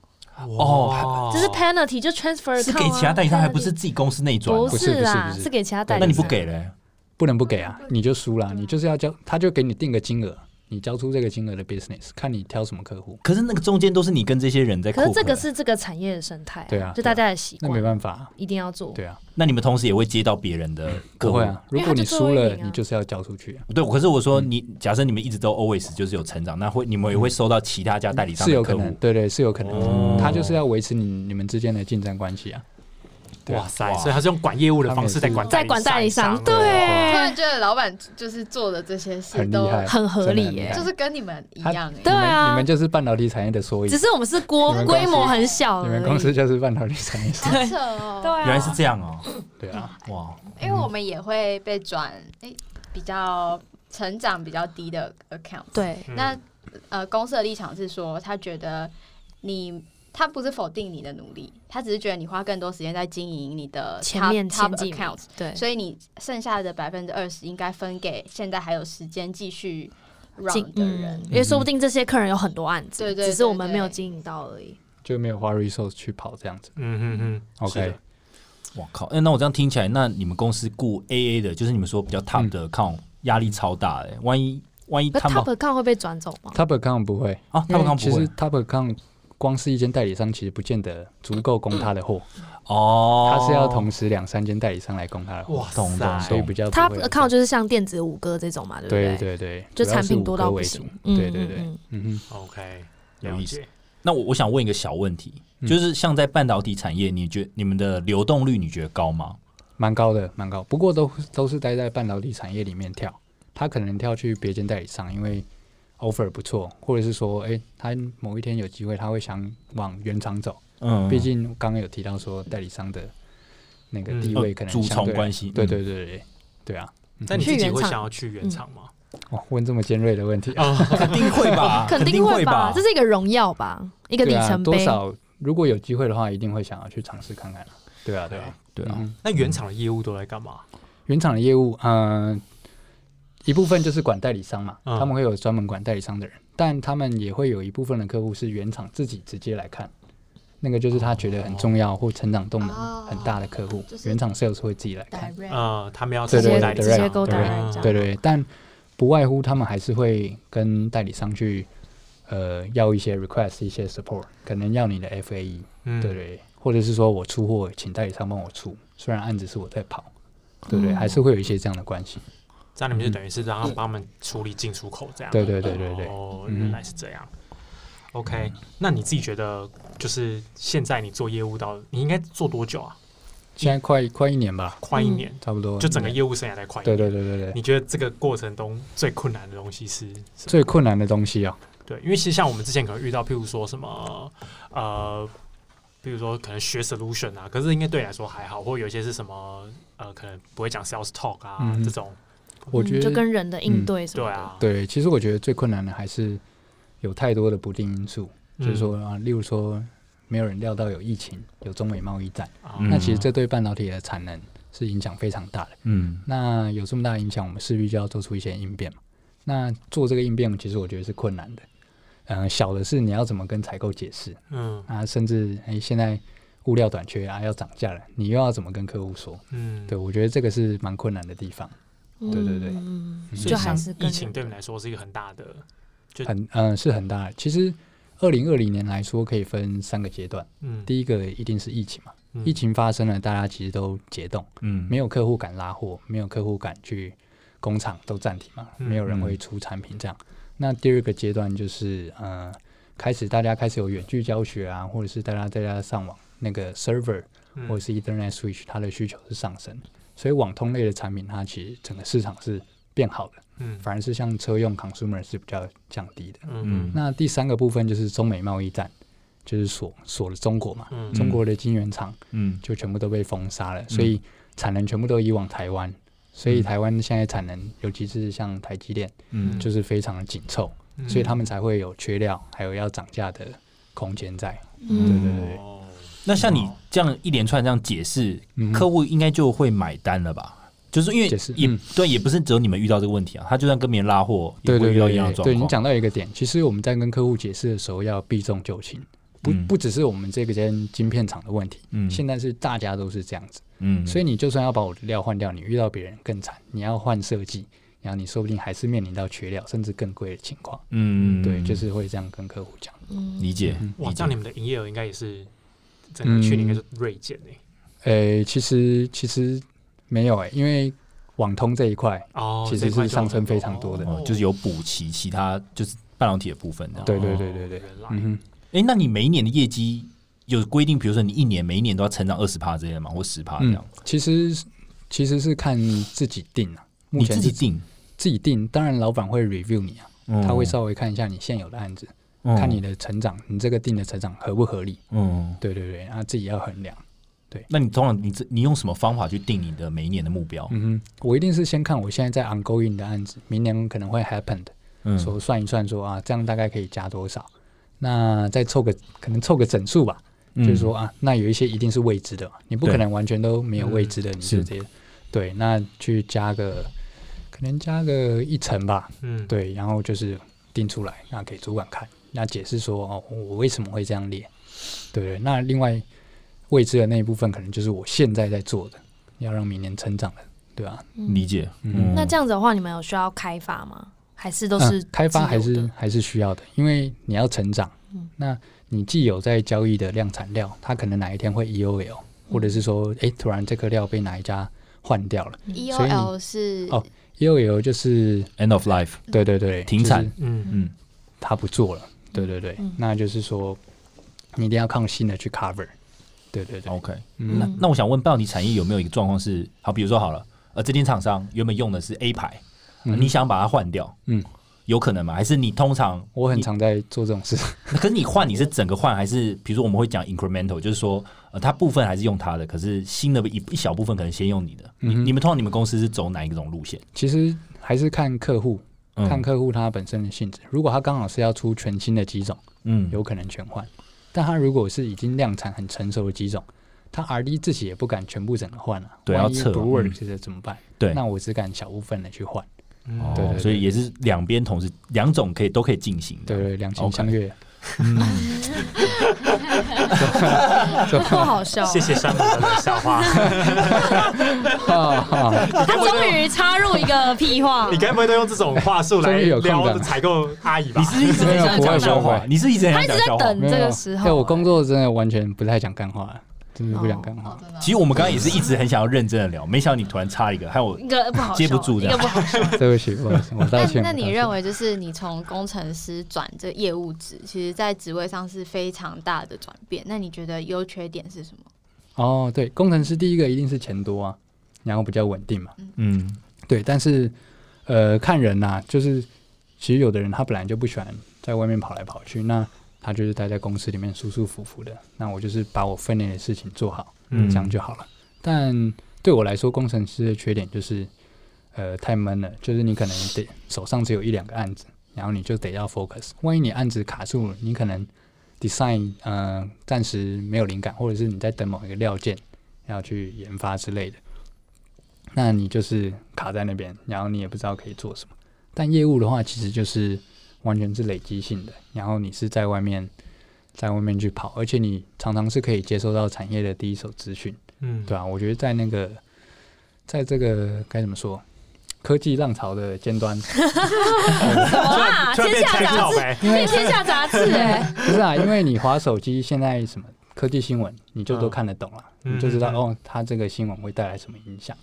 哦
这是 penalty，就 transfer
是
account 啊
给其他代理商，还不是
penalty
自己公司内转啊？
不
不是
是啦
不，是
是给其他代理
那
商。
你不给嘞？
不能不给
嗯
啊，你就输了，你就是要交，他就给你定个金额，你交出这个金额的 business，看你挑什么客户，
可是那个中间都是你跟这些人在，
可是这个，是这个产业的生态啊，
对啊
就大家的习
那没
惯，
办法啊，
一定要做。
对啊，
那你们同时也会接到别人的客
不
户
会。啊，
因
如
为
果
他
你
就
输
最后一
了，
名啊
你就是要交出去啊，
对，可是我说你，假设你们一直都 always 就是有成长，那会你们也会收到其他家代理商
嗯是
的
有可
客
能，
户，
对对，是有可
哦
能，他就是要维持你你们之间的竞争关系啊，对啊
哇塞，所以他是用管业务的方式在管
在管代理商，
突
对
然，觉得老板就是做的这些事
很厉
都
害，
很合
真
理
的很厉
耶
害
就是跟你们一样
他
哎、
对啊
你们你们就是半导体产业的缩影
只，是我们是国
你们公司
规模很小而
你
已，
们公司就是半导体产业缩影，
好扯哦。
对啊，
原来是这样哦，
对啊，
哇，
因为我们也会被转，哎、比较成长比较低的 account。
对
嗯
那呃，公司的立场是说，他觉得你他不是否定你的努力，他只是觉得你花更多时间在经营你的 top,
前面
top
前几名
account，
对，
所以你剩下的百分之二十应该分给现在还有时间继续 run
经
的人
嗯。，因为说不定这些客人有很多案子，
对对
只是我
对
们
对
没有经营到而已。
就没有花 resource 去跑这样子
嗯嗯嗯，
是的
，OK，
我靠！哎、那我这样听起来，那你们公司雇 AA 的，就是你们说
嗯
比较 top 的 account，压、力超大的、万一万一
那
他们
top account 会被转走吗？
Top account 不会，
啊，他
因为
们刚
其
不
实
会
Top account 光是一间代理商，其实不见得足够供他的货，
哦，
他是要同时两三间代理商来供他的货，
哇
懂懂
塞，
所以比较不会
top
有
account 就是像电子五哥这种嘛，对不
对
对
对对，
就
主要
产
是
品
五
多
个
到不
为
行
主，
嗯
对对
嗯
对
嗯，
嗯哼，
OK，
有
了
意思
解。
嗯
那我我想问一个小问题，就是像在半导体产业，你觉你们的流动率你觉得高吗？
蛮高的，蛮高，不过都都是待在半导体产业里面跳，他可能跳去别间代理商，因为 offer 不错，或者是说，哎，他某一天有机会，他会想往原厂走，
嗯
毕竟刚刚有提到说代理商的那个
嗯
地位可能
主
相对
从关系嗯
对对对对对啊！
那你
去
自己
原
会
厂嗯
想要去原厂吗？
哦，问这么尖锐的问题，
啊，
嗯肯定会 吧，
肯定
会
吧，这是一个荣耀吧，一个里
对啊，
程
多
碑。
少如果有机会的话，一定会想要去尝试看看啊对啊，对啊，
对
嗯
啊，
哼。
那原厂的业务都在干嘛？
原厂的业务，嗯、一部分就是管代理商嘛，
嗯
他们会有专门管代理商的人，但他们也会有一部分的客户是原厂自己直接来看，那个就是他觉得很重要或成长动能很大的客户，
就是
原厂 sales 会自己来看，
direct
呃，他们要
对
直
透过
对
接
代理
直接
商，嗯
勾搭
对
来讲，
对对对，但不外乎他们还是会跟代理商去呃要一些 request 一些 support，可能要你的 FAE，
嗯
对，对，或者是说我出货，请代理商帮我出，虽然案子是我在跑，对不对？
嗯
还是会有一些这样的关系。
这样你们就等于是让他们帮他们处理进出口这样。
嗯对对对对对
哦，
嗯
原来是这样。OK，那你自己觉得，就是现在你做业务到你应该做多久啊？
现在快快一年吧，
快一
嗯
年，
差不多。
就整个业务生涯才快一
对
年。
对对对对，
你觉得这个过程中最困难的东西是什么？
最困难的东西啊，
对，因为其实像我们之前可能遇到，譬如说什么呃，比如说可能学 solution 啊，可是应该对你来说还好，或有一些是什么呃，可能不会讲 sales talk 啊、
嗯
这种，
我
嗯
觉
就
得
跟人的应对什么
对
的，
啊，
对，其实我觉得最困难的还是有太多的不定因素，
嗯，
就是说啊，例如说没有人料到有疫情，有中美贸易战，
啊，
嗯
那其实这对半导体的产能是影响非常大的。
嗯
那有这么大的影响，我们势必就要做出一些应变嘛。那做这个应变，其实我觉得是困难的。嗯、小的是你要怎么跟采购解释
嗯
啊，甚至哎、现在物料短缺啊，要涨价了，你又要怎么跟客户说？
嗯，
对，我觉得这个是蛮困难的地方，
嗯
对对对
嗯
嗯
所以
就还
像
是跟
疫情
人
对你来说是一个很大的，对
很嗯、是很大的。其实二零二零年来说，可以分三个阶段。
嗯，
第一个一定是疫情嘛，
嗯
疫情发生了，大家其实都解冻，
嗯，
没有客户敢拉货，没有客户敢去工厂都暂停嘛，
嗯
没有人会出产品这样。那第二个阶段就是呃，开始大家开始有远距教学啊，或者是大家在家上网，那个 server
嗯
或者是 Ethernet switch，它的需求是上升，所以网通类的产品它其实整个市场是变好的，
嗯
反而是像车用 consumer 是比较降低的。
嗯
那第三个部分就是中美贸易战，就是锁锁了中国嘛，
嗯
中国的晶圆厂
嗯
就全部都被封杀了，所以产能全部都移往台湾，所以台湾现在产能，尤其是像台积电，
嗯
嗯
就是非常的紧凑，
嗯
所以他们才会有缺料，还有要涨价的空间在。
嗯
对对对
哦
那像你这样一连串这样解释，
嗯
客户应该就会买单了吧？就是因为
解释
也
嗯
对，也不是只有你们遇到这个问题啊，他就算跟别人拉货，也
对
会
对
遇到
对
一样的
对，
状
对你
况。
讲到一个点，其实我们在跟客户解释的时候要避重就轻，不
嗯
不只是我们这个间晶片厂的问题，
嗯
现在是大家都是这样子，
嗯
所以你就算要把我的料换掉，你遇到别人更惨，你要换设计，然后你说不定还是面临到缺料甚至更贵的情况。
嗯
对，就是会这样跟客户讲。
嗯
理解
嗯，
哇，
理
这
解
样你们的营业额应该也是整个去年应该是锐减欸诶。
诶、其实其实没有诶、因为网通这一块，
哦，
其实
这一块
是
就
上
有
升
很
非常多的
哦就是有补齐其他就是半导体的部分这样。
对对对对对
原来
嗯
哎、那你每一年的业绩有规定，比如说你一年每一年都要成长二十趴之类的吗？或十趴
哼，
这
嗯
样？，
其实其实是看自己定啊，目
你
前
自
是
己定，哦
自己定，当然老板会 review 你啊，他会
上
稍微看一下你现有的案子，
哦
看你，的成长，你这个定的成长合不合理？
嗯。
对对对，啊，自己要衡量。
那你通常你这你用什么方法去定你的每一年的目标？
嗯哼，我一定是先看我现在在 ongoing 的案子，明年可能会 happen 的，
嗯
说算一算说啊，这样大概可以加多少，那再凑个可能凑个整数吧，
嗯
就是说，啊，那有一些一定是未知的嘛，你不
对
可能完全都没有未知的，你就是直接对，那去加个可能加个一层吧，
嗯，
对，然后就是定出来，那给主管看，那解释说哦，我为什么会这样列，对对，那另外未知的那一部分可能就是我现在在做的，要让明年成长的，对吧、
嗯
理解。
嗯
那这样子的话，你们有需要开发吗？还是都
嗯
是
开发还
自
是
由 的
还是需要的，因为你要成长。
嗯
那你既有在交易的量产料，它可能哪一天会 EOL，或
嗯
者是说，诶，突然这颗料被哪一家换掉
嗯
了所以
EOL
你
E 是
哦，EOL 就是、
end of life，
嗯
对对对，
停产
就是
嗯
嗯
他不做了，对对对，
嗯
那就是说你一定要靠新的去 cover，对对对，
，OK。
嗯
那那我想问，半导体产业有没有一个状况是，好，比如说好了，呃，这间厂商原本用的是 A 牌，
嗯
你想把它换掉，
嗯，
有可能吗？还是你通常
我很
你
常在做这种事，
可是你换你是整个换，还是比如说我们会讲 incremental，就是说呃，它部分还是用它的，可是新的一一小部分可能先用你的。你
嗯哼
你们通常你们公司是走哪一种路线？
其实还是看客户，
嗯
看客户他本身的性质。如果他刚好是要出全新的机种，
嗯
有可能全换；但他如果是已经量产很成熟的机种，他 R D 自己也不敢全部整个换啊，
对
万
要
一
测
不
嗯
work 这怎么办？
对
那我只敢小部分的去换。
嗯
对
哦
对对
所以也是两边同时两种可以都可以进行
对
的。嗯
对，两情
OK
相悦。
好好笑。哦
谢谢山姆的冷笑 话。
哈哈，
他终于插入一个屁话
你，该不会都用这种话术来
终于有空
撩
档
采购阿姨吧
你？是不是一直很想
没有
讲
不会
笑
不会
话
不，会
你是一直很想讲笑
他
话
一直
没
在。等
有啊
这个时候
对我
哎
工作真的完全不太讲干话，真的不讲干
哦
话。
真的哦
其实我们刚刚也是一直很想要认真的聊，没想到你突然插一个，害我
一个 不好笑
接不住
一
的
个不好笑。
对不起，不好意思，我道
那
歉。
那你
我道歉
认为，就是你从工程师转这业务职，其实在职位上是非常大的转变。那你觉得优缺点是什么？
哦，对，工程师第一个一定是钱多啊，然后比较稳定嘛。
嗯
对，但是呃，看人呐、就是其实有的人他本来就不喜欢在外面跑来跑去，那他就是待在公司里面舒舒服服的。那我就是把我分内的事情做好，
嗯
这样就好了。但对我来说，工程师的缺点就是呃太闷了，就是你可能得手上只有一两个案子，然后你就得要 focus。万一你案子卡住了，你可能 design 呃暂时没有灵感，或者是你在等某一个料件要去研发之类的，那你就是卡在那边，然后你也不知道可以做什么。但业务的话，其实就是完全是累积性的，然后你是在外面在外面去跑，而且你常常是可以接收到产业的第一手资讯，
嗯，
对啊，我觉得在那个在这个该怎么说？科技浪潮的尖端，
什么啊？
突然
天
变
下
参
杂
考
志，
呗。
因为
变天下杂志哎！
不是啊，因为你划手机，现在什么科技新闻，你就都看得懂了，
嗯
你就知道
嗯嗯
哦，它这个新闻会带来什么影响。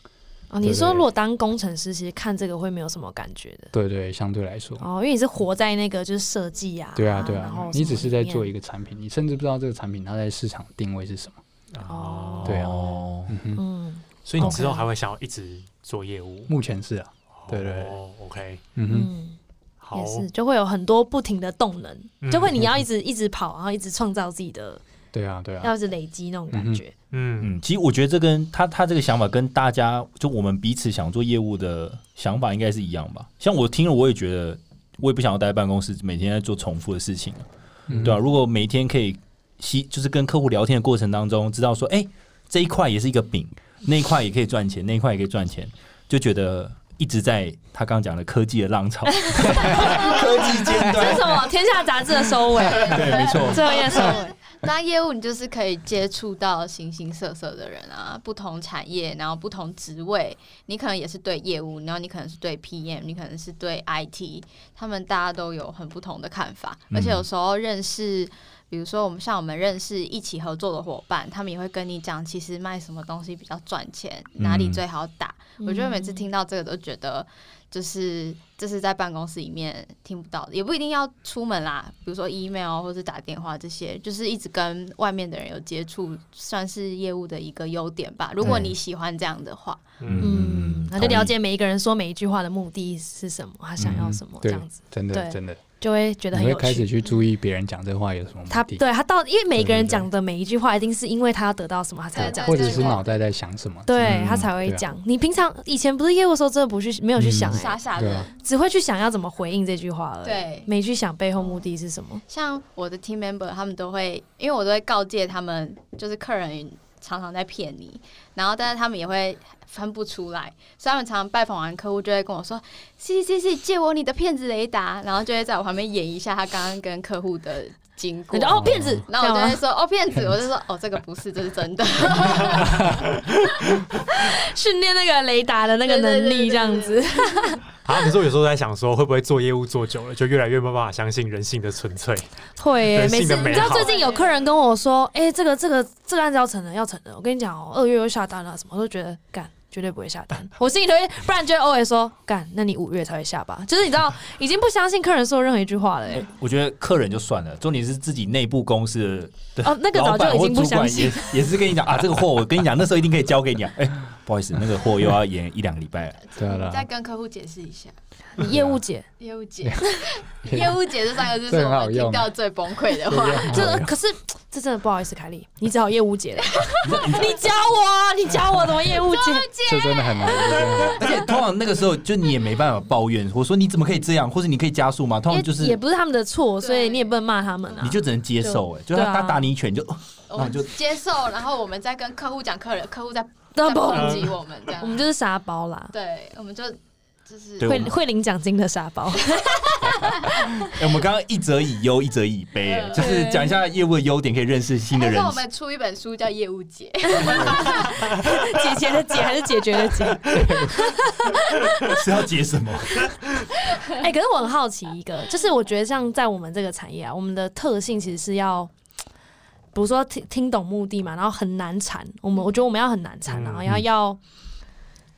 哦，你说如果当工程师，其实看这个会没有什么感觉的
对对，相对来说，
哦，因为你是活在那个就是设计啊，
对啊对
然
啊
后，
你只是在做一
个，
个产品，你甚至不知道这个产品它在市场定位是什么。
哦
对啊哦
哦
嗯哼，
嗯
所以你之后还会想要一直做业务？
目前是啊，对对对
哦，OK，
嗯哼，
嗯，
好
也，是就会有很多不停的动能，
嗯
就会你要一直一直跑，然后一直创造自己的，
对啊
嗯
对啊，
要一直累积那种感觉。
嗯，
嗯，其实我觉得这跟他他这个想法跟大家就我们彼此想做业务的想法应该是一样吧。像我听了，我也觉得我也不想要待在办公室，每天在做重复的事情啊，
嗯
对啊，如果每一天可以吸，就是跟客户聊天的过程当中，知道说，哎、这一块也是一个饼，那一块也可以赚钱，那一块也可以赚钱，就觉得一直在他刚刚讲的科技的 浪潮，科技尖
这是
端，
什么？天下杂志的 收尾，
对，没错，
最后一页收尾。
当业务你就是可以接触到形形色色的人啊，不同产业，然后不同职位，你可能也是对业务，然后你可能是对 PM，你可能是对 IT，他们大家都有很不同的看法，
嗯
而且有时候认识。比如说，我们像我们认识一起合作的伙伴，他们也会跟你讲，其实卖什么东西比较赚钱，
嗯
哪里最好打。我觉得每次
嗯
听到这个都觉得，就是这是在办公室里面听不到的，也不一定要出门啦，比如说 email 或是打电话这些，就是一直跟外面的人有接触，算是业务的一个优点吧。如果
对
你喜欢这样的话，
嗯，
嗯
嗯，
那就了解每一个人说每一句话的目的是什么，他想要什么，这
嗯对
样子，
真
对
的真的，
就会觉得
你
很
会
有
开始
趣。
去注意别人讲这话有什么目
他
的，
对他到，因为每一个人
对对对
讲的每一句话，一定是因为他要得到什么，他才会
对
讲
对
这
或
句话，
者是脑袋在想什么。
对
嗯
他才会
对啊
讲。你平常以前不是业务的时候，真的不去没有去想，
嗯
傻
哎
傻
对
的
啊，
只会去想要怎么回应这句话而已，
对
没去想背后目的是什么。
像我的 team member，他们都会，因为我都会告诫他们，就是客人常常在骗你，然后但是他们也会分不出来，所以他们常常拜访完客户就会跟我说：“是是是，借我你的骗子雷达。”然后就会在我旁边演一下他刚刚跟客户的经过
你就。哦，骗子，
然后我
这
就
样
会
吗
说：“哦，骗子！”我就说：“哦，这个不是，这是真的。
训练那个雷达的那个能力，这样子。
啊，可是我有时候在想说，会不会做业务做久了，就越来越没办法相信人性的纯粹？
会耶、
人
每
性
次
的
你
美
知道
好
最近有客人跟我说，哎、这个这个这个案子要成了，要成了。我跟你讲哦，二月又下单了，什么我都觉得干。绝对不会下单，我心里头会，不然就会偶尔说干，那你五月才会下吧。就是你知道，已经不相信客人说任何一句话了、欸
哎。我觉得客人就算了，重点是自己内部公司的
哦那个早就
老板
已经
或
不
主管
相信
也也是跟你讲啊，这个货我跟你讲，那时候一定可以交给你啊。哎、不好意思，那个货又要延一两个礼拜了。
对啊对
你再
啊，
跟客户解释一下，
你业务姐，
业务解业务解这三个字
这
是
很好
我们听
用
到最崩溃的
啊对
话。
啊
这可是这真的不好意思，凯莉，你只好业务姐了。你教我啊，你教我怎么业务姐？
这真的 很难。啊这真的很难
而且通常那个时候，就你也没办法抱怨，我说你怎么可以这样，或者你可以加速吗？通
因为
常就是
也不是他们的错，
对
所以你也不能骂他们啊。
你就只能接受、哎，就是
对
他
啊
他打你一拳你就，哦
我
那我
们
就
接受，然后我们再跟客户讲，客人客户在
那
在
不，
抨击我们这样
我。们就是沙包啦，
对，我们就就是
对
会
我们
会领奖金的沙包。
哎、我们刚刚一则以忧，一则以悲、哎
嗯
就是讲一下业务的优点，可以认识新的
还是
人。
哎我们出一本书叫《业务姐》，
解决的解还是解决的解？
是要解什么？
哎、可是我很好奇一个，就是我觉得像在我们这个产业啊，我们的特性其实是要，比如说听听懂目的嘛，然后很难缠。我们我觉得我们要很难缠，
嗯
然后要要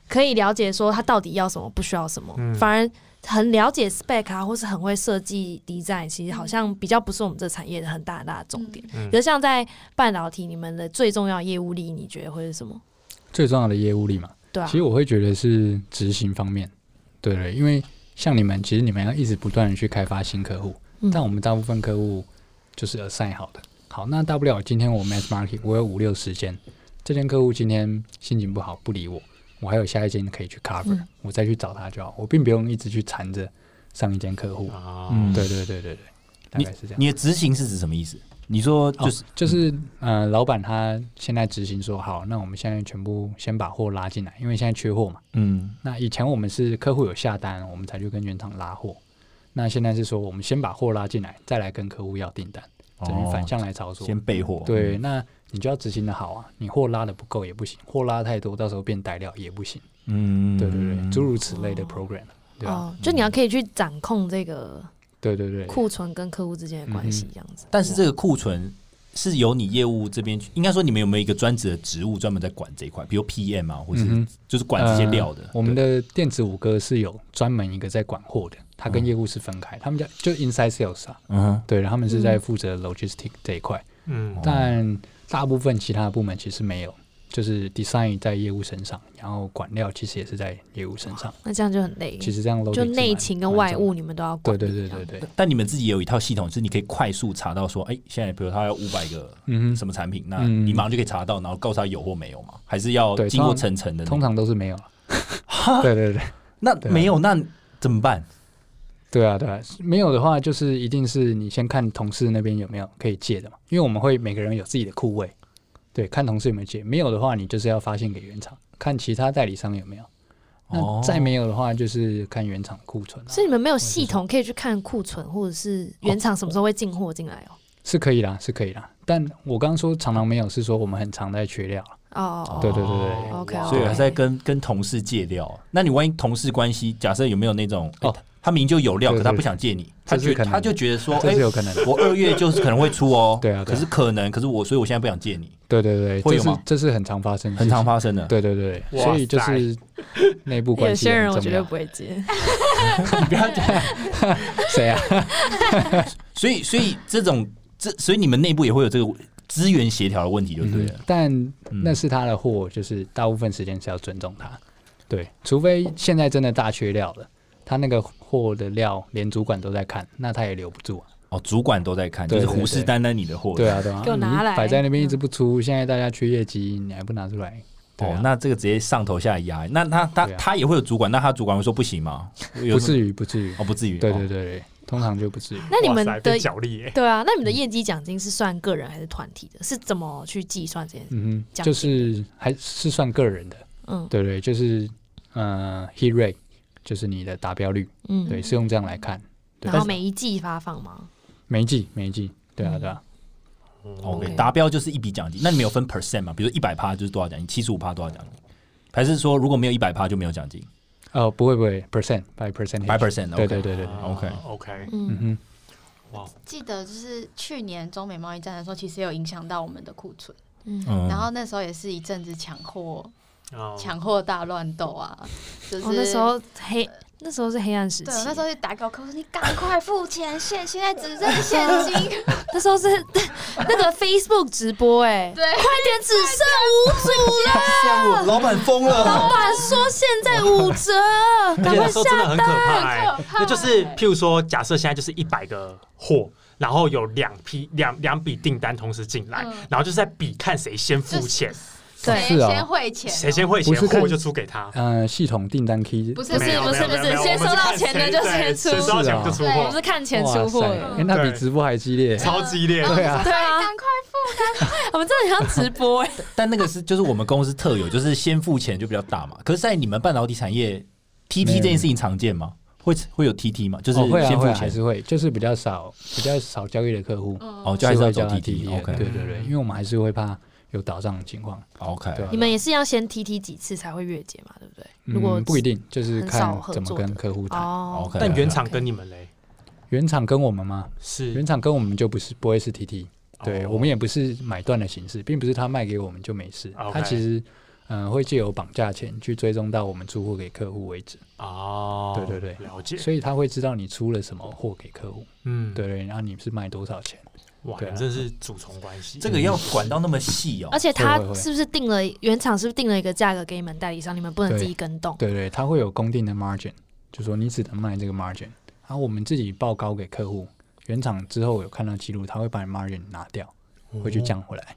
可以了解说他到底要什么，不需要什么，
嗯
反而。很了解 spec 啊，或是很会设计 design，其实好像比较不是我们这产业的很大很大的重点。
嗯
比如像在半导体，你们的最重要的业务力，你觉得会是什么？
最重要的业务力嘛，
对啊，
其实我会觉得是执行方面，对对，因为像你们，其实你们要一直不断的去开发新客户，
嗯
但我们大部分客户就是 assign 好的。好，那大不了今天我 mass market，我有五六十间，这间客户今天心情不好不理我，我还有下一间可以去 cover，、
嗯
我再去找他就好，我并不用一直去缠着上一间客户。
啊，
嗯
对对对对对，大概是这样。
你的执行是指什么意思？你说
就、
就是是、
就是呃，老板他现在执行说好，那我们现在全部先把货拉进来，因为现在缺货嘛。
嗯，
那以前我们是客户有下单，我们才去跟原厂拉货。那现在是说，我们先把货拉进来，再来跟客户要订单，等于反向来操
哦
作。
先备货。嗯
对，，那你就要执行的好啊，你货拉的不够也不行，货拉太多，到时候变呆料也不行。
嗯，
对对对，诸如此类的
哦
program，对吧？
哦，就你要可以去掌控这个
对对嗯对，
库存跟客户之间的关系，这样子。
但是这个库存是由你业务这边去，应该说你们有没有一个专职的职务专门在管这一块，比如 PM 啊，或是
嗯哼
就是管这些料的
呃。我们
对
的电子五哥是有专门一个在管货的，他跟
嗯
业务是分开，他们叫就 inside sales 啊，
嗯哼
对，他们是在
嗯
负责 logistic 这一块。
哦
嗯
但大部分其他部门其实没有，就是 design 在业务身上，然后管料其实也是在业务身上。
那这样就很累，
其实这样 loading
哦就是
蛮
内勤跟外，务
蛮
你们都要
重
管
要
理。
对对
这
对
样
对对，
但你们自己也有一套系统，是你可以快速查到说，哎、现在比如他要五百个
嗯
什
哼，
么产品，那
嗯
你马上就可以查到，然后告诉他有或没有嘛？还是要
对
经过
通常
层层的那个、
通常都是没有 啊。对对对，
那
对啊
没有，那怎么办？
对啊对啊，没有的话就是一定是你先看同事那边有没有可以借的嘛，因为我们会每个人有自己的库位，对，看同事有没有借，没有的话你就是要发现给原厂，看其他代理商有没有。
哦
哦
那再没有的话，就是看原厂库存、啊，
所以你们没有系统可以去看库存，或者是原厂什么时候会进货进来哦。
是可以啦，是可以啦。但我刚刚说常常没有，是说我们很常在缺料啊。
哦，
对对对对
哦
OK，
哇
所以
哦
还是在跟跟同事借料。啊那你万一同事关系，假设有没有那种，哎
哦
他明明就有料，
对
可他
对
不想借你，他
这是
觉
可能
他就觉得说，
这
哎
是，有可能的。
我二月就是可能会出哦，
对啊对
可
啊
是可能，可是我，所以我现在不想借你，
对对对，
会
这
有
是
吗
这是很常发生的事
很
情，
常发生的。
对对对，
哇
所以就是内部
有
关系
些
也
人我
很
绝
重
对
要
不。会接，
你不要这样。
谁啊？
所以，所以这种这，所以你们内部也会有这个资源协调的问题，就对了。
但
嗯
那是他的货，就是大部分时间是要尊重他。对，除非现在真的大缺料了，他那个货的料连主管都在看，那他也留不住啊。
哦，主管都在看，就
对
是
对对
虎视眈眈你的货。
对啊，对啊，
给我拿来
你摆在那边一直不出，现在大家缺业绩，你还不拿出来？对
哦
啊，，
那这个直接上头下压，那他他
对啊
他也会有主管，那他主管会说不行吗？有
不
什么
至于，不至于。
哦，不至于。
对
哦
对对对，通常就不至于。
那你们
哇塞
的
被角力耶，
对啊，那你们的业绩奖金是算个人还是团体的？是怎么去计算这件事？
嗯
这
哼，
样
就是还是算个人的，
嗯
对对，就是呃，hit rate 就是你的达标率，
嗯，
对，是用这样来看。对
然后每嗯一季发放吗？
每一季每一季，对啊对啊，
哦 OK，
OK
达标就是一笔奖金。那你们有分 percent 吗？比如一百趴就是多少奖金，七十五趴多少奖金？还是说如果没有一百趴就没有奖金？
哦，不会不会，percent by percent，
百 percent？
对对对对对，
OK
啊 OK，
嗯
嗯，
哼，
哇，
记得就是去年中美贸易战的时候，其实也有影响到我们的库存，
嗯
然后那时候也是一阵子抢货、
哦
抢货大乱斗啊，就是
哦我那时候黑那时候是黑暗时期
对，，我那时候就打给我客户说：“你赶快付钱，现现在只剩现 金。
那时候是 那个 Facebook 直播、哎，”
对，
快点只剩五组了，
我老板疯了，
老板说现在五折，
而
赶
且那
快
时候真的
下
很可
单。
怕、
很
欸，
可怕
那就是譬如说，假设现在就是一百个货，然后有两批两两笔订单同时进来，
嗯
然后就是在比看谁先付钱，
对
谁
是啊
先汇钱哦？
谁先汇钱，
不是看
货就出给他。
呃，系统订单 key
不是
不
没
是
有
不是
没
不
有没有
是，
没有
先
我
收
们
到
是
钱的
看
就
谁
先
对谁
出
收，到钱
是啊
就出
我
货
们，是看钱
哇
出货
塞
的。
诶那比
对
直播还激烈。
超激烈。
对啊，
对啊，
赶快
我们真的很像直播哎、
但那个是就是我们公司特有，就是先付钱就比较大嘛。可是，在你们半导体产业
没
，TT 这
有
件事情常见吗？会会有 TT 吗？就是
哦会啊
先付
会啊，还
钱
是会，就是比较少比较少交易的客户，
哦，
付！
就还是要
会
走
交哦
TT。
对
OK
对对，因为我们还是会怕有倒账的情况。
OK，
对啊
你们也是要先提提几次才会越界嘛，对不对？如果
嗯，不一定，就是
很
看
少合
怎么
作
跟
的
客户谈。
哦
OK
啊
但原厂跟你们嘞
原厂跟我们吗？
是
原，厂跟我们就不是不会是 TT，对、
哦
我们也不是买断的形式，并不是他卖给我们就没事，
OK
他其实嗯、呃会借由绑架钱去追踪到我们出货给客户为止，
哦，
对对对
了解。
所以他会知道你出了什么货给客户，
嗯，哦
对，对，然后你是卖多少钱，
哇，
对啊
你真是主从关系，
这个要管到那么细哦
而。且他
会会会
是不是定了原厂是不是定了一个价格给你们代理商，你们不能
对
自己跟动？
对对，他会有公定的 margin，就说你只能卖这个 margin，然后我们自己报高给客户，原厂之后有看到记录，他会把你 margin 拿掉，回
哦
去降回来。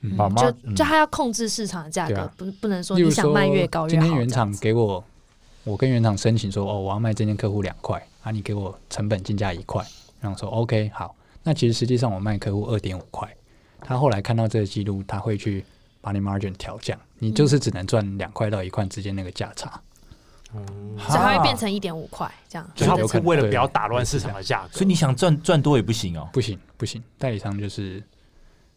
嗯
把
就
mar- 嗯
就他要控制市场的价
对
格
啊，
不不能说
例
你
如
想
说
卖越高越
今
好。
天原
这样
厂
子
给我，我跟原厂申请说，哦，我要卖这件客户两块，啊，你给我成本进价一块，然后说 OK 好，那其实实际上我卖客户二点五块，他后来看到这个记录，他会去把你 margin 调降，你就是只能赚两块到一块之间那个价差，
嗯，
哈
才会变成一点五块这样。
就他
有
们
可
是
能
为了
对
不要打乱市场的价格，
所以你想赚赚多也不行哦。
不行不行，代理商就是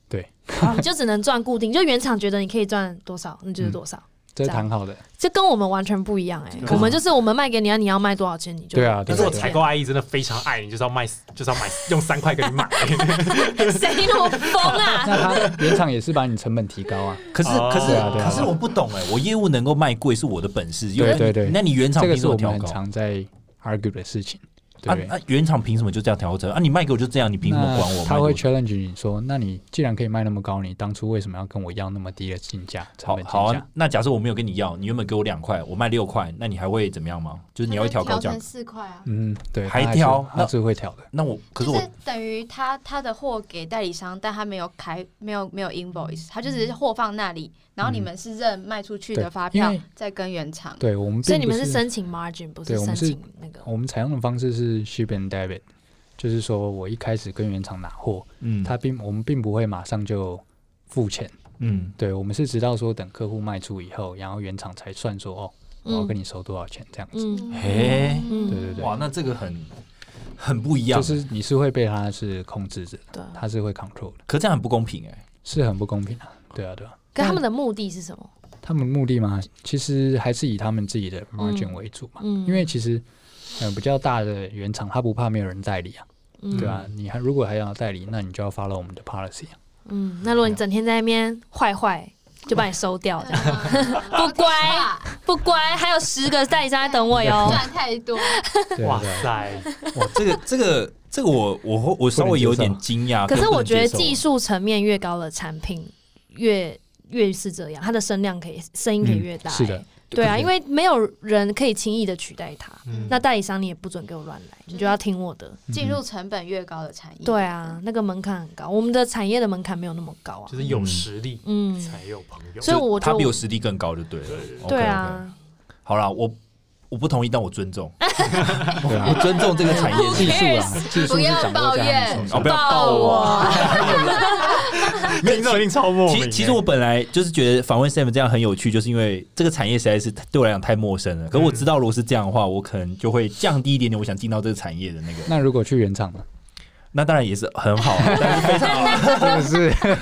你就只能赚固定，就原厂觉得你可以赚多少，那就是多少，
这是
这样
谈好的，
这跟我们完全不一样哎、
对啊
我们就是我们卖给你啊，你要卖多少钱你就
对啊
但
对
是
啊
我
对啊
采购阿姨真的非常爱你，就是要卖，就是要买，用三块给你 买。
谁那么疯啊？
那他原厂也是把你成本提高啊，
可是
哦
可是
对啊对
啊
可是我不懂哎，我业务能够卖贵是我的本事，因为
对对对
那你原厂
这
凭
个
什
是
么
我们
调
很
高？
常在 argue 的事情，对
啊
不对？
啊！原厂凭什么就这样调整啊？你卖给我就这样，你凭什么管我？
那他会
卖给
challenge 你说，那你既然可以卖那么高，你当初为什么要跟我要那么低的进价？成
我
本
好好
进
啊
价？。
那假设我没有跟你要，你原本给我两块，我卖六块，那你还会怎么样吗？就是你还会调高价
成
格？
四块啊。
嗯，对，
还
他是
挑那
他是会挑的。
那我可是
就
我
是等于他他的货给代理商，但他没有开，没有没有
嗯
invoice，他就只是货放那里，然后你们是认卖出去的
对
发票
因为，
再跟原厂。
对我们，
所以你们
是
是，申请 margin，不是
对我
申
们是
请那个。
我们采用的方式是 ship and debit，就是说我一开始跟原厂拿货，
嗯，
他并我们并不会马上就付钱，
嗯
对我们是直到说等客户卖出以后，然后原厂才算说哦，我要跟你收多少钱这样子。
嗯，
嘿
嗯
对对对
哇，那这个很很不一样，
就是你是会被他是控制着的，
对啊。
他是会 control 的，
可这样很不公平哎。
是很不公平啊。对啊，对啊。
可他们的目的是什么？
他们目的嘛，其实还是以他们自己的 margin
嗯
为主嘛，
嗯
因为其实呃比较大的原厂，他不怕没有人代理啊，
嗯
对啊，你还如果还要代理，那你就要 follow 我们的 policy 啊，
嗯，那如果你整天在那边坏坏，就把你收掉，这 样
不
不乖不乖，还有十个代理商在等我 哟。
啊
赚太多，
对啊
哇
对啊
塞，
哇，这个这个这个我我我稍微有点惊讶，
可是
不
我
能
觉得
接受
技术层面越高的产品，越越是这样，它的声量可以声音可以越
嗯
大、
是的，
对啊，
对
因为没有人可以轻易的取代它。
嗯
那代理商你也不准给我乱来，你就要听我的。
进入成本越高的产业。
对啊，那个门槛很高，我们的产业的门槛没有那么高啊
就。是有实力
嗯，
才有朋友，
所以我
他
就
比我实力更高就对了。OK，OK
对，啊，
好啦，我我不同意，但我尊 重，
对
我
啊，
尊重这个产业
技术啊，技术
不
是
要
掌
抱
握在
怨
他们手
哦，
上
不要抱我。
听众一定超莫
其
欸
名。欸
其实我本来就是觉得访问 Sam 这样很有趣，就是因为这个产业实在是对我来讲太陌生了。可
嗯
我知道如果是这样的话，我可能就会降低一点点我想进到这个产业的那个。
那如果去原厂呢？
那当然也是很好，啊但是非 常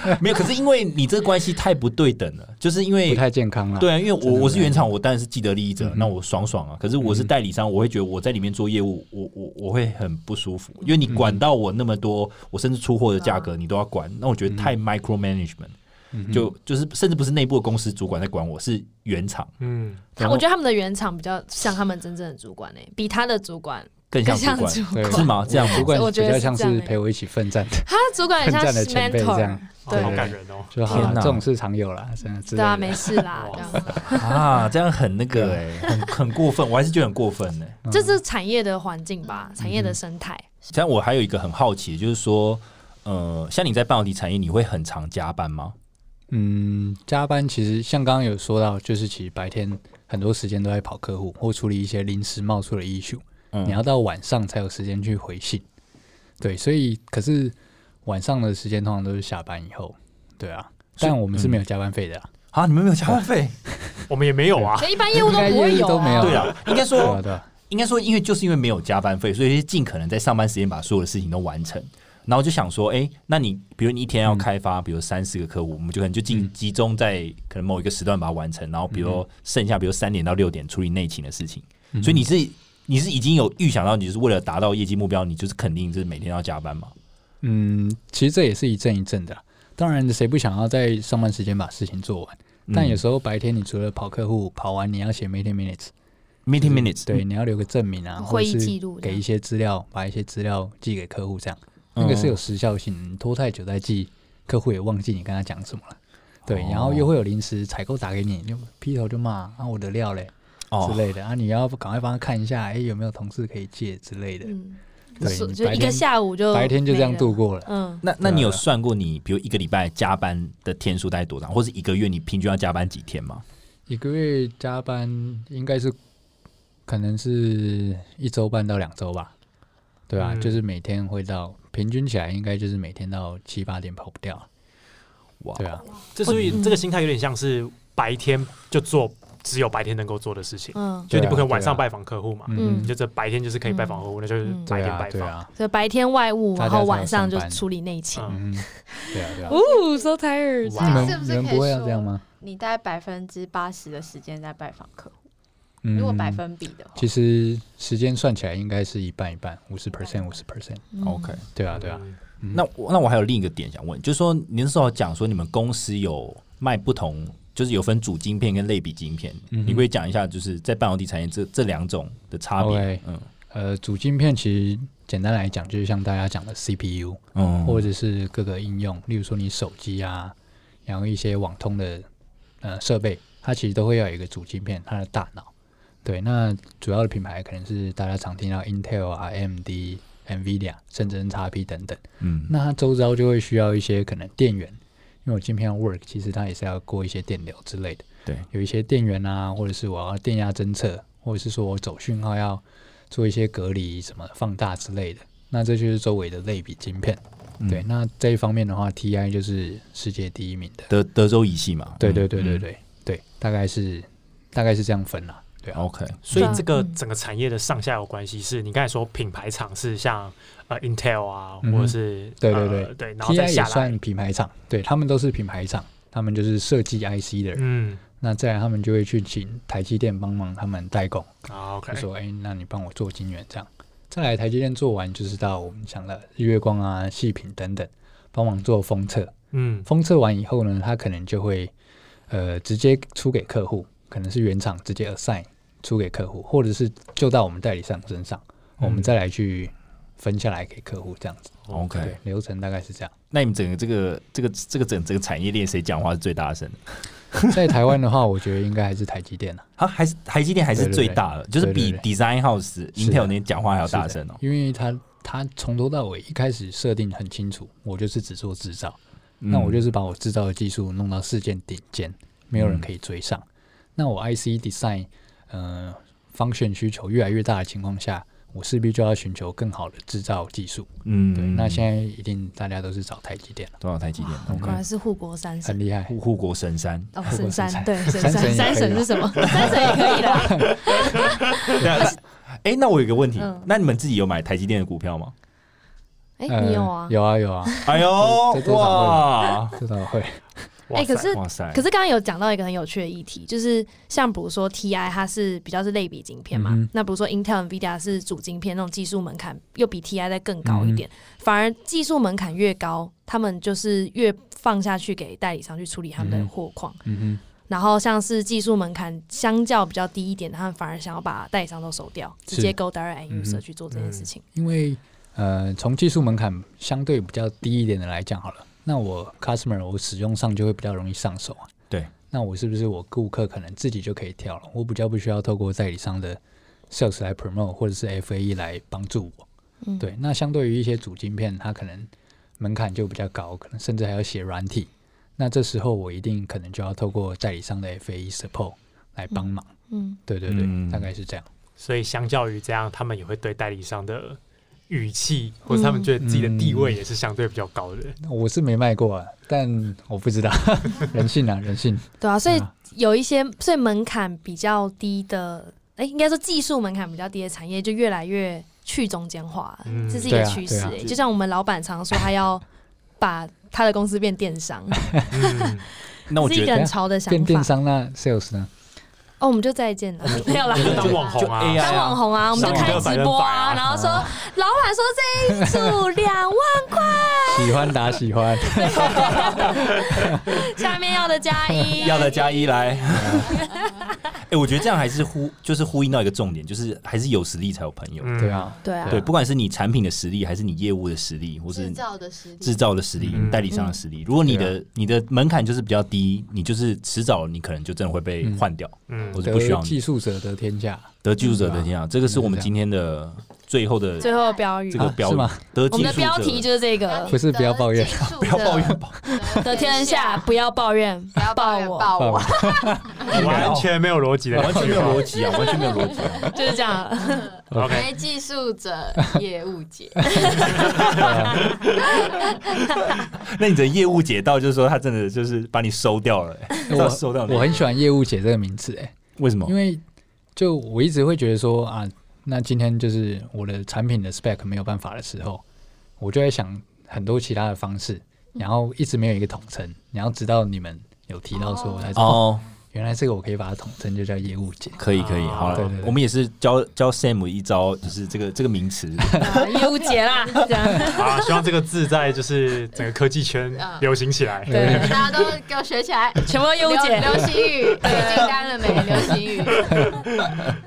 是 没有。可是因为你这个关系太不对等了，就是因
不
为
太健康了。
对啊，因为我
真的
我是原厂，我当然是既得利益者
嗯，哼
那我爽爽啊。可是我是代理商，我会觉得我在里面做业务，我我我会很不舒服，因为你管到我那么多，我甚至出货的价格你都要管，那我觉得太 micro management。
嗯
就就是甚至不是内部的公司主管在管我，是原厂
嗯，
他
然后
我觉得他们的原厂比较像他们真正的主管诶、比他的主管
更
更
像
像
主管，
主
对
管，
是吗？这样
主
吗？
管
我
比
觉得
较
是
像
这样
是
欸
陪我一起奋战的，
他的主管很像
奋战
是
的前辈这
mentor，
样
哦
对
好感人哦。
就好了
天。哪
这种事常有啦，真的之类
对啊，
的。哦
没 事啦，这样子。
啊，这样很那个哎、很很过分，我还是觉得很过分欸呢、
嗯
这是产业的环境吧，产业的生态。
像我还有一个很好奇，就是说，呃，像你在半导体产业，你会很常加班吗？
嗯，加班其实像刚刚有说到，就是其实白天很多时间都在跑客户或处理一些临时冒出的 issue，、
嗯
你要到晚上才有时间去回信。对，所以可是晚上的时间通常都是下班以后，对啊。
是
但我们是没有加班费的啊，
啊，你们没有加班费？
我们也没有啊，
可一般业务都
嗯应该
不会
业务
有、
都没
啊，
有
对 了，应该
对啊
说，
对啊，
应该说，因为就是因为没有加班费，所以尽可能在上班时间把所有的事情都完成。然后就想说，哎、那你比如你一天要开发，比如三四个客户，我们就可能就集
嗯
集中在可能某一个时段把它完成，然后比如剩下比如三点到六点处理内勤的事情。
嗯
所以你是你是已经有预想到，你就是为了达到业绩目标，你就是肯定就是每天要加班嘛？
嗯，其实这也是一阵一阵的啦。当然，谁不想要在上班时间把事情做完？但有时候白天你除了跑客户，跑完你要写 meeting minutes，
嗯 meeting minutes
对，你要留个证明啊，或
嗯会
者
议
是
记录这
给
样哦
一些资料，把一些资料寄给客户，这样那个是有时效性的，你拖太久再寄，客户也忘记你跟他讲什么了。
哦
对，然后又会有临时采购打给你，就劈头就骂啊我的料嘞之
哦，
类的啊，你要不赶快帮他看一下，哎有没有同事可以借之类的。
嗯，
对
所
你
就
白
一
天
个下午就
白天就这样度
过。
过了，
嗯，
那那你有
对啊
算过你比如一个礼拜加班的天数大概多长，或是一个月你平均要加班几天吗？
一个月加班应该是可能是一周半到两周吧。对啊，
嗯
就是每天会到，平均起来应该就是每天到七八点跑不掉。
哇
对啊，
这所
嗯
以这个心态有点像是白天就做只有白天能够做的事情，
嗯，
就
对啊
你不可能晚上
对
拜访客户嘛，
嗯
你就这白天就是可以拜访客户，那就是
嗯
白
对
天
啊，
拜
对
访。
啊，
所以白天外务，
大
然
家才
后
有
晚上就
上班
处理内勤。
嗯
嗯，对啊，对 啊。
哦，so tired。
哇
你
是
们
不
你
是
们
可以
不会要
说
这样吗？
你大概百分之八十的时间在拜访客户，
嗯
如果百，分比的话，
其实时间算起来应该是一半一半，五十 percent 五十 percent。
嗯
OK，
对啊，对啊。
嗯
嗯
那我那我还有另一个点想问，就是说您那时候讲说你们公司有卖不同，就是有分主晶片跟类比晶片，
嗯哼
你可以讲一下，就是在半导体产业这这两种的差别
OK。
嗯
呃，主晶片其实简单来讲，就是像大家讲的 CPU，
嗯
或者是各个应用，例如说你手机啊，然后一些网通的呃设备，它其实都会要有一个主晶片，它的大脑。对，那主要的品牌可能是大家常听到 Intel 啊、AMD、NVIDIA，甚至 NXP 等等。
嗯
那它周遭就会需要一些可能电源，因为我晶片要 work，其实它也是要过一些电流之类的。
对，
有一些电源啊，或者是我要电压侦测，或者是说我走讯号要做一些隔离、什么放大之类的。那这就是周围的类比晶片。
嗯
对，那这一方面的话，TI 就是世界第一名的。
德德州仪器嘛，
对
嗯
对对对
嗯
对、对，大概是大概是这样分啦。对啊，
OK，
所以
对啊
这个
嗯
整个产业的上下游关系是，你刚才说品牌厂是像呃 Intel 啊，
嗯哼
或者是
对对
呃
对
对，然后再
TI 也
下来
算，品牌厂，对他们都是品牌厂，他们就是设计 IC 的人。
嗯，
那再来他们就会去请台积电帮忙他们代工，
好
就
OK，
说：“哎、那你帮我做晶圆这样。”再来台积电做完，就是到我们讲的日月光啊、细品等等，帮忙做封测。
嗯
封测完以后呢，他可能就会呃直接出给客户，可能是原厂直接 assign 出给客户，或者是就到我们代理商身上，
嗯
我们再来去分下来给客户这样子。
OK，
哦对，流程大概是这样。
那你们整个这个这个这个整整个产业链谁讲话是最大声的？
在台湾的话，我觉得应该还是台积电啊。
啊，还是台积电还是最大的，
对对对
就是
对
比 Design House、
是的
Intel 那些讲话还要大声哦、
因为他他从头到尾一开始设定很清楚，我就是只做制造，
嗯
那我就是把我制造的技术弄到世界顶尖，没有人可以追上。那我 IC design 呃 function 需求越来越大的情况下，我势必就要寻求更好的制造技术。
嗯，
对，那现在一定大家都是找台积电了，
多少台积电
果
？OK，
然是护国三
很
神。
厉害。
护护国神山，
哦，
护
神
国神
山
山
对神
三神
山，
也可
三
以
神
啦
是什么？三神也可以 啦。
哎、那我有个问题、
嗯
那你们自己有买台积电的股票吗？
哎，
呃
你有啊？
有啊有啊，
哎呦
这这多少会
哇！
这倒会。
哎、可是
哇塞，
可是刚刚有讲到一个很有趣的议题，就是像比如说 TI 它是比较是类比晶片嘛，
嗯哼
那比如说 Intel、NVIDIA 是主晶片那种技术门槛又比 TI 再更高一点，反而技术门槛越高，他们就是越放下去给代理商去处理他们的
嗯哼
货况，
嗯
然后像是技术门槛相较比较低一点，他们反而想要把代理商都收掉，直接
是
go direct end
嗯
user
哼
去做这件事情。
哼，因为呃，从技术门槛相对比较低一点的来讲好了，那我 customer 我使用上就会比较容易上手啊。
对，
那我是不是我顾客可能自己就可以跳了？我比较不需要透过代理商的 sales 来 promote 或者是 FAE 来帮助我。
嗯
对，那相对于一些主晶片，它可能门槛就比较高，可能甚至还要写软体。那这时候我一定可能就要透过代理商的 FAE support 来帮忙。
嗯，
对对对，
嗯
大概是这样。
所以相较于这样，他们也会对代理商的语气，或者他们觉得自己的地
嗯
位也是相对比较高的。
我是没卖过啊，但我不知道人性啊，人性。
对啊，所以
啊
有一些，所以门槛比较低的，哎、应该说技术门槛比较低的产业，就越来越去中间化，
嗯
这是一个
对啊
趋势、
对啊
诶就像我们老板常说，他要把他的公司变电商，
嗯，
那我
是
觉
一个
得
很潮的想
变电
法。
商那 sales 呢？
哦，我们就再见了， 没有啦。
就当网
就
红啊，
AI
当网红啊，我们就开
上网
直播
就有百分百
啊，
啊
然后说老板说这一组两万块，
喜欢打喜欢，
下面要的加一，
要的加一来。 哎、我觉得这样还是呼，就是呼应到一个重点，就是还是有实力才有朋友。
嗯
对，啊，
对啊，
对，不管是你产品的实力，还是你业务的实力，或是
制造的实
制
力，
造的实力、
嗯
代理商的实力，如果你的、你的门槛就是比较低，你就是迟早你可能就真的会被
嗯
换掉，
嗯
我，是不需
得
要你
技术者得 天下，
得技术者的天下。这个是我们今天的最后的
最后标语哦
这，个
啊
标
是吗
得
我
技
们
术
的
者
标题就是 这个，
不是不要抱怨
不
不要抱怨吧。
得
得天下，不要抱怨，
不要抱怨
我，
抱
抱
我
我。
嗯完全没有逻辑的，
完全没有逻辑啊，完全没有逻辑、 啊。
就是这样。
OK，
非技术者业务解，
那你的业务解到就是说，他真的就是把你收掉了、欸
我
他收掉你。哦
我很喜欢业务姐这个名字，哎，
为什么
因？为就我一直会觉得说啊，那今天就是我的产品的 spec 没有办法的时候，我就在想很多其他的方式，然后一直没有一个统称，然后直到你们有提到说，我才知道哦，
哦，
原来这个我可以把它统称就叫业务 姐。
可以可以，
啊
好
对
了
对，对
我们也是教教 Sam 一招，就是这个这个名词，
啊业务节啦，这 样
好啊，希望这个字在就是整个科技圈
嗯
流行起来。
对，
大家都给我学起来。
全部都业务节。
流星 雨，对，金干了没？流星雨。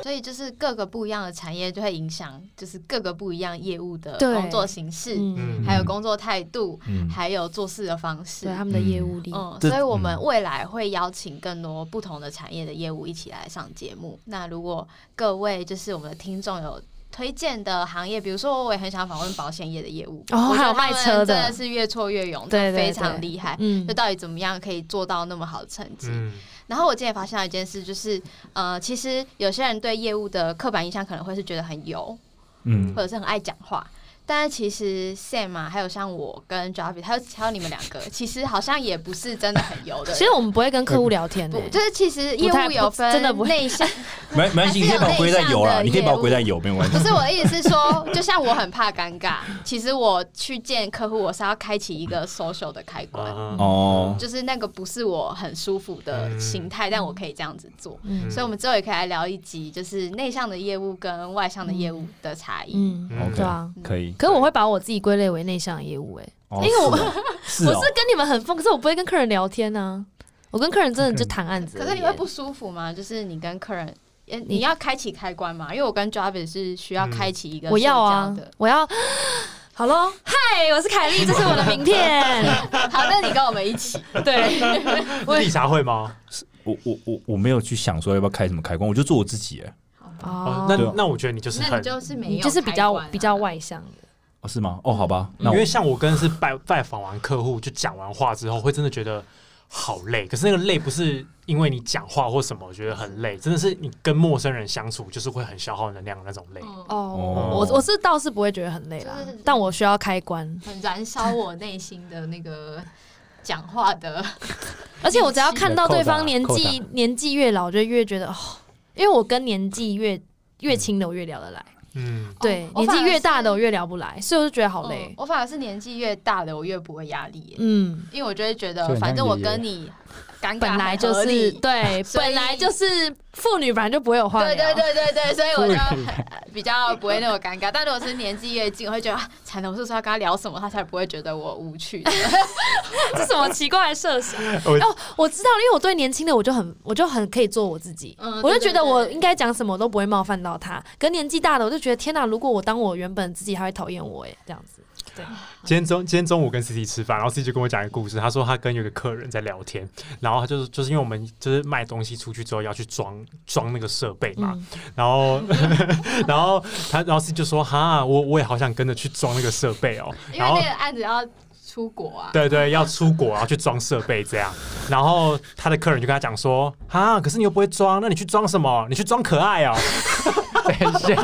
所以就是各个不一样的产业就会影响，就是各个不一样业务的
对
工作形式，
嗯，
嗯，
还有工作态度，
嗯
还有做事的方式
对。他们的业务力，
嗯，
这
所以我们未来会邀请更多不同的产业的业务一起来上节目。那如果各位就是我们的听众有推荐的行业，比如说我也很想访问保险业的业务，
哦
我觉得
还有卖
他们
车的
真的是越挫越勇，
对对
非常
对
厉害。
嗯
就，到底怎么样可以做到那么好的成绩？
嗯，
然后我今天也发现了一件事，就是呃，其实有些人对业务的刻板印象可能会是觉得很油，
嗯
或者是很爱讲话。但是其实 Sam 啊，还有像我跟 Javi，还有还有你们两个，其实好像也不是真的很油的人。
其实我们不会跟客户聊天欸的
不，，就是其实业
不太
务有
不
分
真的不会
内 向，
没没关系，你可以把我归在有
还是有
啦，
内向的
你可以把我归在有，没有关
不
系。
是我的意思是说，就像我很怕尴尬，其实我去见客户，我是要开启一个 social 的开关，
啊
哦，
就是那个不是我很舒服的
嗯
形态，但我可以这样子做。
嗯
所以，我们之后也可以来聊一集，就是内向的业务跟外向的业务的差异。
嗯，
嗯
OK
对啊。
可以。
可是我会把我自己归类为内向的业务，哎，
因
因为我
哦是
我
哦
是跟你们很疯，可是我不会跟客人聊天呢，我跟客人真的就谈案子而已。
可是你会不舒服吗？就是你跟客人，呃
你
你要开启开关嘛？因为我跟 Jarvis 是需要开启一个
我要啊
社交的，
我要。 好喽，嗨，我是凯莉，这是我的 名片。
好，那你跟我们一起，
对，我
绿茶会吗？
我我我我没有去想说要不要开什么开关，我就做我自己。哎，
哦
哦，，
那
对啊
那我觉得你就是
那
很
你，就是没有、啊
你就是比较比较。外向的，
哦是吗？哦，好吧，那
因
我
为像我跟是拜 拜访完客户，就讲完话之后，会真的觉得好累。可是那个累不是因为你讲话或什么，我觉得很累，真的是你跟陌生人相处，就是会很消耗能量的那种累。
哦，
哦，我我是倒是不会觉得很累啦
就是，
但我需要开关，
很燃烧我内心的那个讲话的，
而且我只要看到对方年
扣打
纪年纪越老，我就越觉得哦，因为我跟年纪越越轻的我越聊得来，
嗯，
对，
我
年
反
纪
而
越大
是
的我越聊不来，所以我就觉得好
嗯
累。
我反而是年纪越大的，我越不会压力耶，
嗯，
因为我就会觉得
对，
反正我
那你也
跟你尴尬
本来就
合
是
理
对，
所以
本来就是妇女本来就不会有话聊。
对对对对对，所以我就呃 比较不会那么尴尬。但如果是年纪越近，我会觉得啊，惨了，我是不是要跟他聊什么，他才不会觉得我无趣。
这什么奇怪的 设想？
我
哦，我知道了，因为我对年轻的我就很，我就很可以做我自己，
嗯
我
对
就觉得
对对
我应该讲什么我都不会冒犯到他。可年纪大的，我就觉得天哪，如果我当我原本自己，他会讨厌我哎，这样子。
今天中今天中午跟 C C 吃饭，然后 C C 就跟我讲一个故事，他说他跟有个客人在聊天，然后他就是就是因为我们就是卖东西出去之后要去装装那个设备嘛，
嗯，
然后 然后他然后 C 就说哈，我我也好想跟着去装那个设备哦，
因为
然后
那个案子要出国啊，
对对，要出国，然后去装设备这样。然后他的客人就跟他讲说：“啊，可是你又不会装，那你去装什么？你去装可爱哦。
等一下，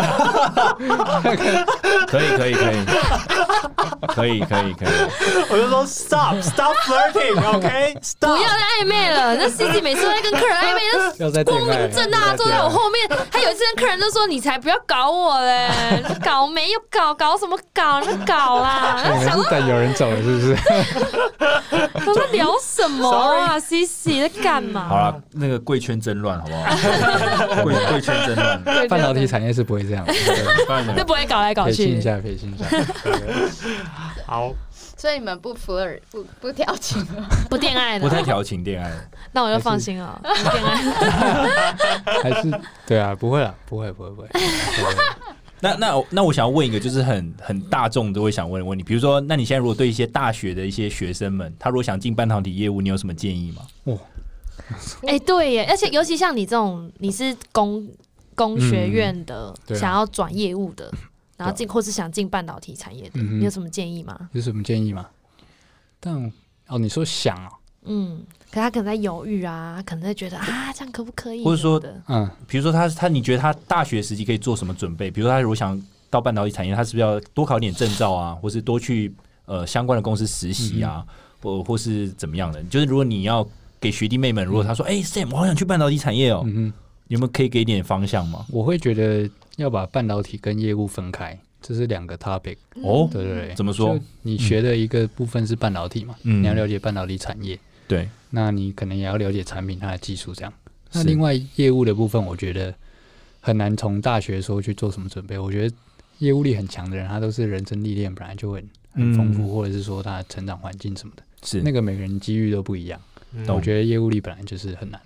可以可以可 以可以可以可以，”
我就说：“Stop, stop flirting, OK,
不
stop。”
要再暧昧了。那 C C 每次都在跟客人暧昧，那
要在
光明正
啊
大啊坐在我后面。他有一次跟客人就说：“你才不要搞我嘞， 搞没有搞，搞什么搞？你们搞啦！”
哎你们是等有人走了是不是？
他在聊什么啊？C C 在干嘛？
好了，那个贵圈真乱，好不好？贵贵圈真乱，
对，对
半导体
对
产业是不会这样的，
不然怎
就
么
不会搞来搞
培训
去
一。下，培训一下。
好，
所以你们不 flirt 不不调情吗，
不恋爱
不
了，
太调情恋爱，
那我就放心了。不恋爱，
还是对啊，不会啦，不会，不会，不会。
那那我那我想要问一个，就是很很大众都会想问的问题，比如说，那你现在如果对一些大学的一些学生们，他如果想进半导体业务，你有什么建议吗？
哎、对耶，而且尤其像你这种，你是工工学院的，
对啊
想要转业务的，然后进或是想进半导体产业的，
嗯哼
你有什么建议吗？
有什么建议吗？但哦，你说想哦，
嗯，可他可能在犹豫啊，他可能在觉得啊，这样可不可以？
或者说
什么的
嗯，
比如说他他，你觉得他大学时期可以做什么准备？比如说他如果想到半导体产业，他是不是要多考点证照啊，或是多去呃相关的公司实习啊，
嗯
或或是怎么样的？就是如果你要给学弟妹们，如果他说：“哎、s a m 我好想去半导体产业哦、
嗯嗯哼，
你们可以给一点方向吗
我会觉得要把半导体跟业务分开，这是两个 topic，？”
哦，
嗯对对对。
怎么说
就？你学的一个部分是半导体嘛，
嗯
你要了解半导体产业，
对，
那你可能也要了解产品它的技术这样。那
是
另外业务的部分，我觉得很难从大学说去做什么准备。我觉得业务力很强的人，他都是人生历练本来就很很丰富，
嗯
或者是说他的成长环境什么的，
是
那个每个人机遇都不一样。那我
嗯
觉得业务力本来就是很难。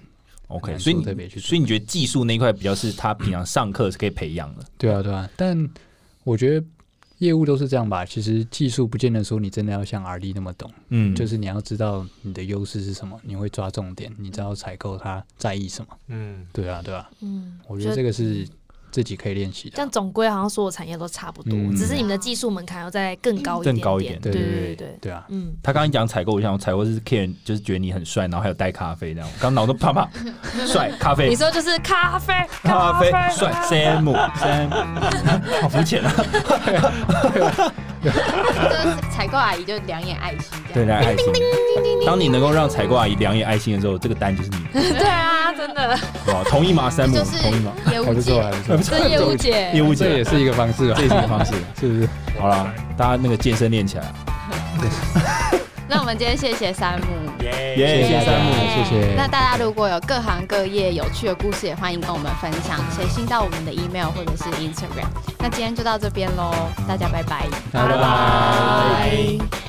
OK，
难
所以
说特别
你
去做
所以你觉得技术那一块比较是他平常上课是可以培养的，
对啊，对啊，但我觉得业务都是这样吧。其实技术不见得说你真的要像 R D 那么懂，
嗯
就是你要知道你的优势是什么，你会抓重点，你知道采购他在意什么。
嗯，
对啊，对啊，
嗯，
我觉得这个是自己可以练习的
这样
啊。
总归好像所有产业都差不多，
嗯
只是你们的技术门槛要再更高一点
更高一点
对
对
对
对
对。
对啊，
嗯，
他刚刚讲采购，我想采购是 Karen，就是觉得你很帅，然后还有带咖啡这样，我刚脑中啪 啪，帅咖啡
你，说就是咖啡，
咖啡
咖
帅 Sam Sam，好肤浅啊！
就是采购阿姨就两眼爱心这
对，
样。
来爱心。当你能够让采购阿姨两眼爱心的时候，这个单就是你，
对啊，真的，
哇！同意吗
这
，Sam？
就是
同意吗？
业
还
务
不
界
错，还不 错，
这业务姐，
业务
这
姐
也，是一个方式吧
这，也是一个方式。
是不是？
好了，大家那个健身练起来啊，
那我们今天谢谢山姆。
耶，
耶！
谢
谢谢
谢
啊
大
山姆
家，谢谢。
那大家如果有各行各业有趣的故事，也欢迎跟我们分享，写信到我们的 email 或者是 Instagram。那今天就到这边喽，大家拜拜。
拜拜。
拜。